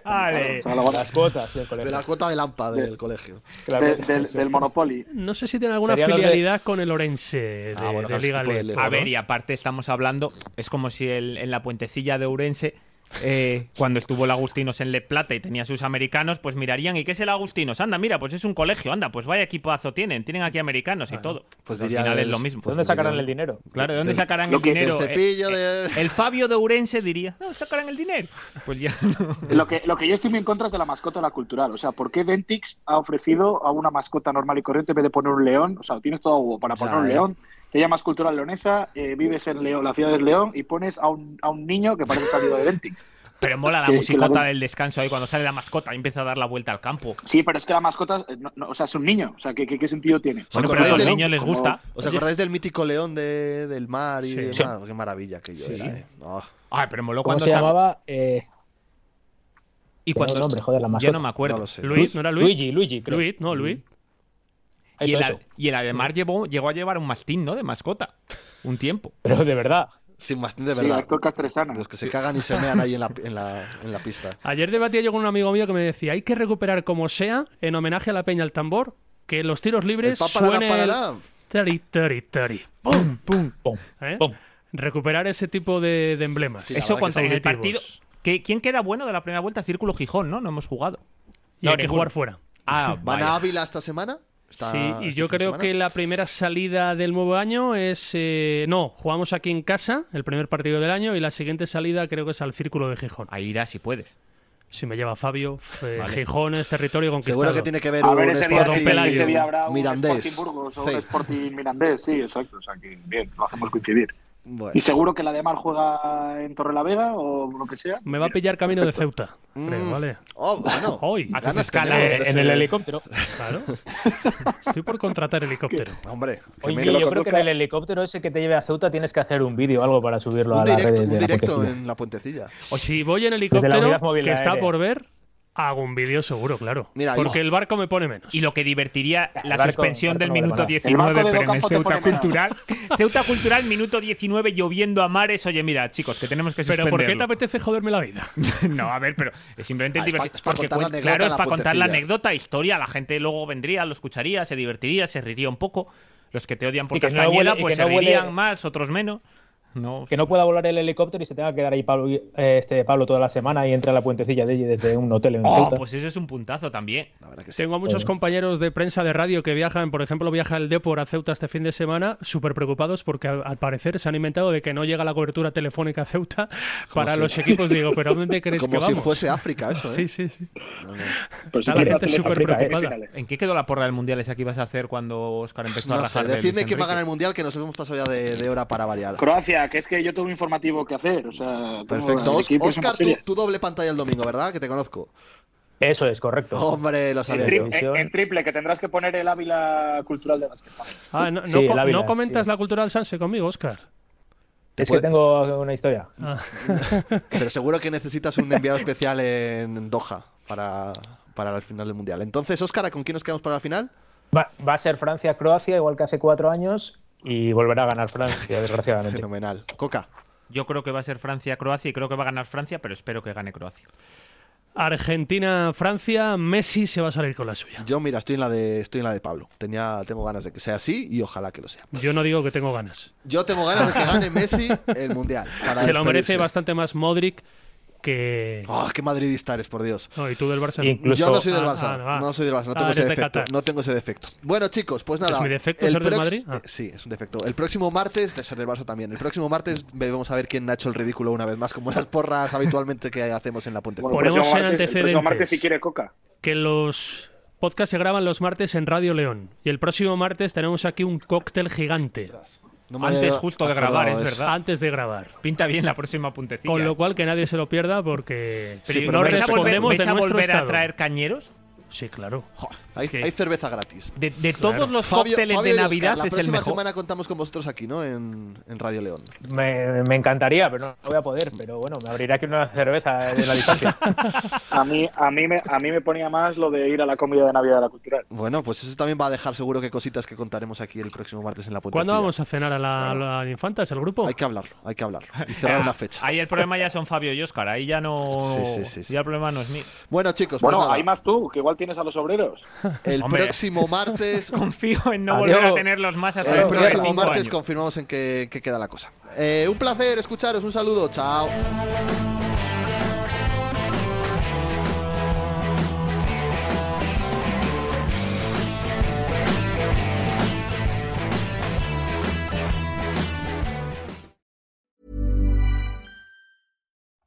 Ale.
O sea, lo van a-
Las cuotas del colegio.
De la cuota de Lampa
De-
del colegio.
de- del, del Monopoly.
No sé si tiene alguna
Sería lo de-
filialidad con el Orense de,
Ah, bueno,
de
claro,
Liga
es tipo de
Lep,
Lepo, A
¿no?
ver, y aparte estamos hablando, es como si el- en la puentecilla de Ourense, eh, cuando estuvo el Agustinos en Le Plata y tenía sus americanos, pues mirarían, ¿y qué es el Agustinos? Anda, mira, pues es un colegio, anda, pues vaya equipazo tienen, tienen aquí americanos y todo.
pues
al
diría
final es
el-
lo mismo.
pues ¿Dónde sacarán diría- el
dinero?
Claro, ¿de dónde
Del-
sacarán
lo
el
que- del
dinero?
cepillo
Eh, eh, El Fabio de Ourense diría, no, sacarán el dinero. Pues ya no.
Lo que, lo que yo estoy muy en contra es de la mascota de la cultural. O sea, ¿por qué Dentix ha ofrecido a una mascota normal y corriente en vez de poner un león? O sea, tienes todo huevo para poner
Ya,
un
eh.
león. Te llamas cultural leonesa, eh, vives en León, la ciudad de León y pones a un, a un niño que parece salido de Dentix.
Pero mola la
Que- que la
musicota
de-
del descanso ahí cuando sale la mascota y empieza a dar la vuelta al campo.
Sí, pero es que la mascota, eh, no- no, o sea, es un niño. O sea, ¿qué, qué, qué sentido tiene?
Bueno, pero a los niños les gusta.
¿Os acordáis del mítico león de- del mar y
Sí.
demás? Oh,
Sí.
Qué maravilla que yo
Sí, sí.
era, eh. Ah.
Ay, pero moló
¿Cómo
cuando
se
sa-
llamaba? Eh,
Y
Tenía
cuando
un nombre, joder, la
yo
mascota.
no me acuerdo.
No lo sé.
Luis, ¿no era Luis?
Luigi, Luigi, creo.
Luis, no, Luis.
Y
Eso,
el,
eso.
Mm.
y el Ademar llevó, llegó a llevar un mastín, ¿no? De mascota. un tiempo.
Pero de verdad.
Sí, más de
Sí,
verdad.
Héctor
Castresana.
Los que se cagan y se mean ahí en la, en la, en la pista.
Ayer debatía yo con un amigo mío que me decía, hay que recuperar como sea, en homenaje a la peña al tambor, que los tiros libres
El paparara,
suenen el
parará.
tari, tari, tari, pum, pum, pum, ¿eh? Recuperar ese tipo de, de emblemas.
Eso cuando en el partido.
Objetivos.
¿Qué- ¿Quién queda bueno de la primera vuelta? Círculo Gijón, ¿no? No hemos jugado.
Y hay que jugar fuera.
Ah,
¿Van
vaya.
a Ávila esta semana? Está-
Sí, y yo
este fin de
creo
semana.
que la primera salida del nuevo año es... eh, no, jugamos aquí en casa, el primer partido del año, y la siguiente salida creo que es al Círculo de Gijón.
Ahí irás si puedes.
Si me lleva Fabio, eh,
Vale.
Gijón es territorio conquistado.
Seguro que tiene que ver
A ver, ese día,
Por don
ese día
Pelayo.
habrá un
Mirandés.
Sporting Burgos o un
Sí.
Sporting Mirandés, sí, exacto. O sea que bien, lo hacemos coincidir.
Bueno.
Y seguro que la de Mar juega en Torrelavega o lo que sea.
Me va a pillar camino de Ceuta. creo,
Mm.
¿vale?
Oh, bueno.
Hoy.
Haces Ganas escala tenemos de en ser- el helicóptero.
Claro. Estoy por contratar helicóptero.
Hombre,
Oye,
menos.
yo creo que en el helicóptero ese que te lleve a Ceuta tienes que hacer un vídeo o algo para subirlo
Un
a las
directo,
redes
un
de la
directo
Poquecina.
en la puentecilla.
Si voy en
Desde la unidad
helicóptero,
móvil
que está
aérea.
por ver, hago un vídeo seguro, claro.
Pues Mira,
Porque
yo-
el barco me pone menos.
Y lo que divertiría la
El barco-
suspensión
el barco
del
no vale
minuto
para nada. El
19,
barco de
pero en el
Docampo te
Ceuta
pone nada.
Cultural. Ceuta Cultural, minuto 19, lloviendo a mares. Oye, mira, chicos, que tenemos que
Pero ¿por qué te
suspenderlo.
apetece joderme la vida?
No, a ver, pero es simplemente
Ah,
el
es pa-
divertido.
es pa
porque
contar la
cuen-
anécdota
claro,
en
es
la
para contar la
puentecilla.
anécdota, historia. La gente luego vendría, lo escucharía, se divertiría, se reiría un poco. Los que te odian por
Y que no
Castañeda,
huele- y
pues
que
se
no huele-
reirían más, otros menos. No,
Que no pueda volar el helicóptero y se tenga que quedar ahí Pablo, eh, este, Pablo toda la semana y entra a la puentecilla de allí desde un hotel en
Oh,
Ceuta.
pues eso es un puntazo también.
La verdad que sí.
Tengo a muchos compañeros de prensa de radio que viajan, por ejemplo, viaja el Depor a Ceuta este fin de semana, súper preocupados porque al al parecer se han inventado de que no llega la cobertura telefónica a Ceuta para
si-
los equipos. Digo, ¿pero a dónde crees
Como
que
si
vamos?
fuese África eso,
Sí,
¿eh?
sí, sí.
Pues
Está la gente súper preocupada.
¿En qué quedó la porra del mundial esa que ibas a hacer cuando Oscar empezó a
No sé,
rajar? del
decidme quién va a
Enrique?
ganar el mundial, que nos hemos pasado ya de, de hora para variar.
Croacia, que es que yo tengo un informativo que hacer. O sea, tengo-
Perfecto.
el
Os-
equipo es una
Oscar, tú,
serie.
tú doble pantalla el domingo, ¿verdad? Que te conozco.
Eso es,
Oh.
correcto.
Hombre, lo
En,
sabía yo.
tri- en- en triple, que tendrás que poner el Ávila Cultural de Básquet.
Ah, no, no
Sí, el
co-
Ávila,
no comentas
sí.
la cultura del Sanse conmigo, Ah, Oscar.
es
puede-
que tengo una historia.
Mm. Pero seguro que necesitas un enviado especial en Doha para, para el final del mundial. Entonces, Óscar, ¿con quién nos quedamos para la final?
Va, va a ser Francia-Croacia, igual que hace cuatro años, y volverá a ganar Francia, desgraciadamente.
Fenomenal. Coca.
Yo creo que va a ser Francia-Croacia y creo que va a ganar Francia, pero espero que gane Croacia.
Argentina, Francia, Messi se va a salir con la suya.
Yo, mira, estoy en la de, estoy en la de Pablo. Tenía, tengo ganas de que sea así y ojalá que lo sea.
Yo no digo que tengo ganas.
Yo tengo ganas de que gane Messi el mundial. para
Se lo merece
despedirse.
bastante más Modric que.
Ah, ¡Qué madridista eres, por Dios!
No, y tú del Barça.
Incluso-
Yo no soy del
Ah,
Barça,
ah, no, ah.
no soy del Barça, no
Ah,
tengo, ese
eres de
defecto,
Qatar.
no tengo ese defecto. Bueno, chicos, pues nada.
¿Es mi defecto
el
ser del
prox-
Madrid? Ah.
eh, Sí, es un defecto. El próximo martes, de ser del Barça también, el próximo martes debemos saber quién ha hecho el ridículo una vez más, como las porras habitualmente que hacemos en la Puente.
Ponemos
el próximo
en
martes- el próximo
antecedentes.
martes si quiere Coca.
Que los podcasts se graban los martes en Radio León. Y el próximo martes tenemos aquí un cóctel gigante
No me había
Antes justo de
Ah,
grabar, es
acordado de eso.
verdad.
antes de grabar.
Pinta bien la próxima puntecilla.
Con lo cual que nadie se lo pierda porque
Sí, pero
no
vais
¿Vais a volver,
respondemos
vais
de
a,
nuestro
volver a
estado.
traer cañeros?
Sí, claro.
Jo, es
Hay,
que
hay cerveza gratis.
de, de todos los
Fabio-
cócteles
Fabio y
de
Oscar,
Navidad
la
es el
próxima
mejor.
semana contamos con vosotros aquí, ¿no? En, en Radio León.
Me, me encantaría, pero no voy a poder. Pero bueno, me abrirá aquí una cerveza de la distancia.
A mí, a, mí me, a mí me ponía más lo de ir a la comida de Navidad de la Cultural.
Bueno, pues eso también va a dejar seguro que cositas que contaremos aquí el próximo martes en la Puente.
¿Cuándo vamos a cenar a la, a la Infantas, el grupo?
Hay que hablarlo, hay que hablarlo. Y
Ah,
cerrar una fecha.
Ahí el problema ya son Fabio y Óscar, ahí ya no...
Sí, sí, sí, sí.
Ya el problema no es mío.
Bueno, chicos, pues
Bueno,
nada,
hay más tú, que igual tienes a los obreros.
el
Hombre.
próximo martes
Confío en no
Adiós.
volver a tenerlos más hasta
El
dentro de
próximo
cinco
martes
años.
confirmamos en qué, qué queda la cosa. Eh, un placer escucharos, un saludo, chao.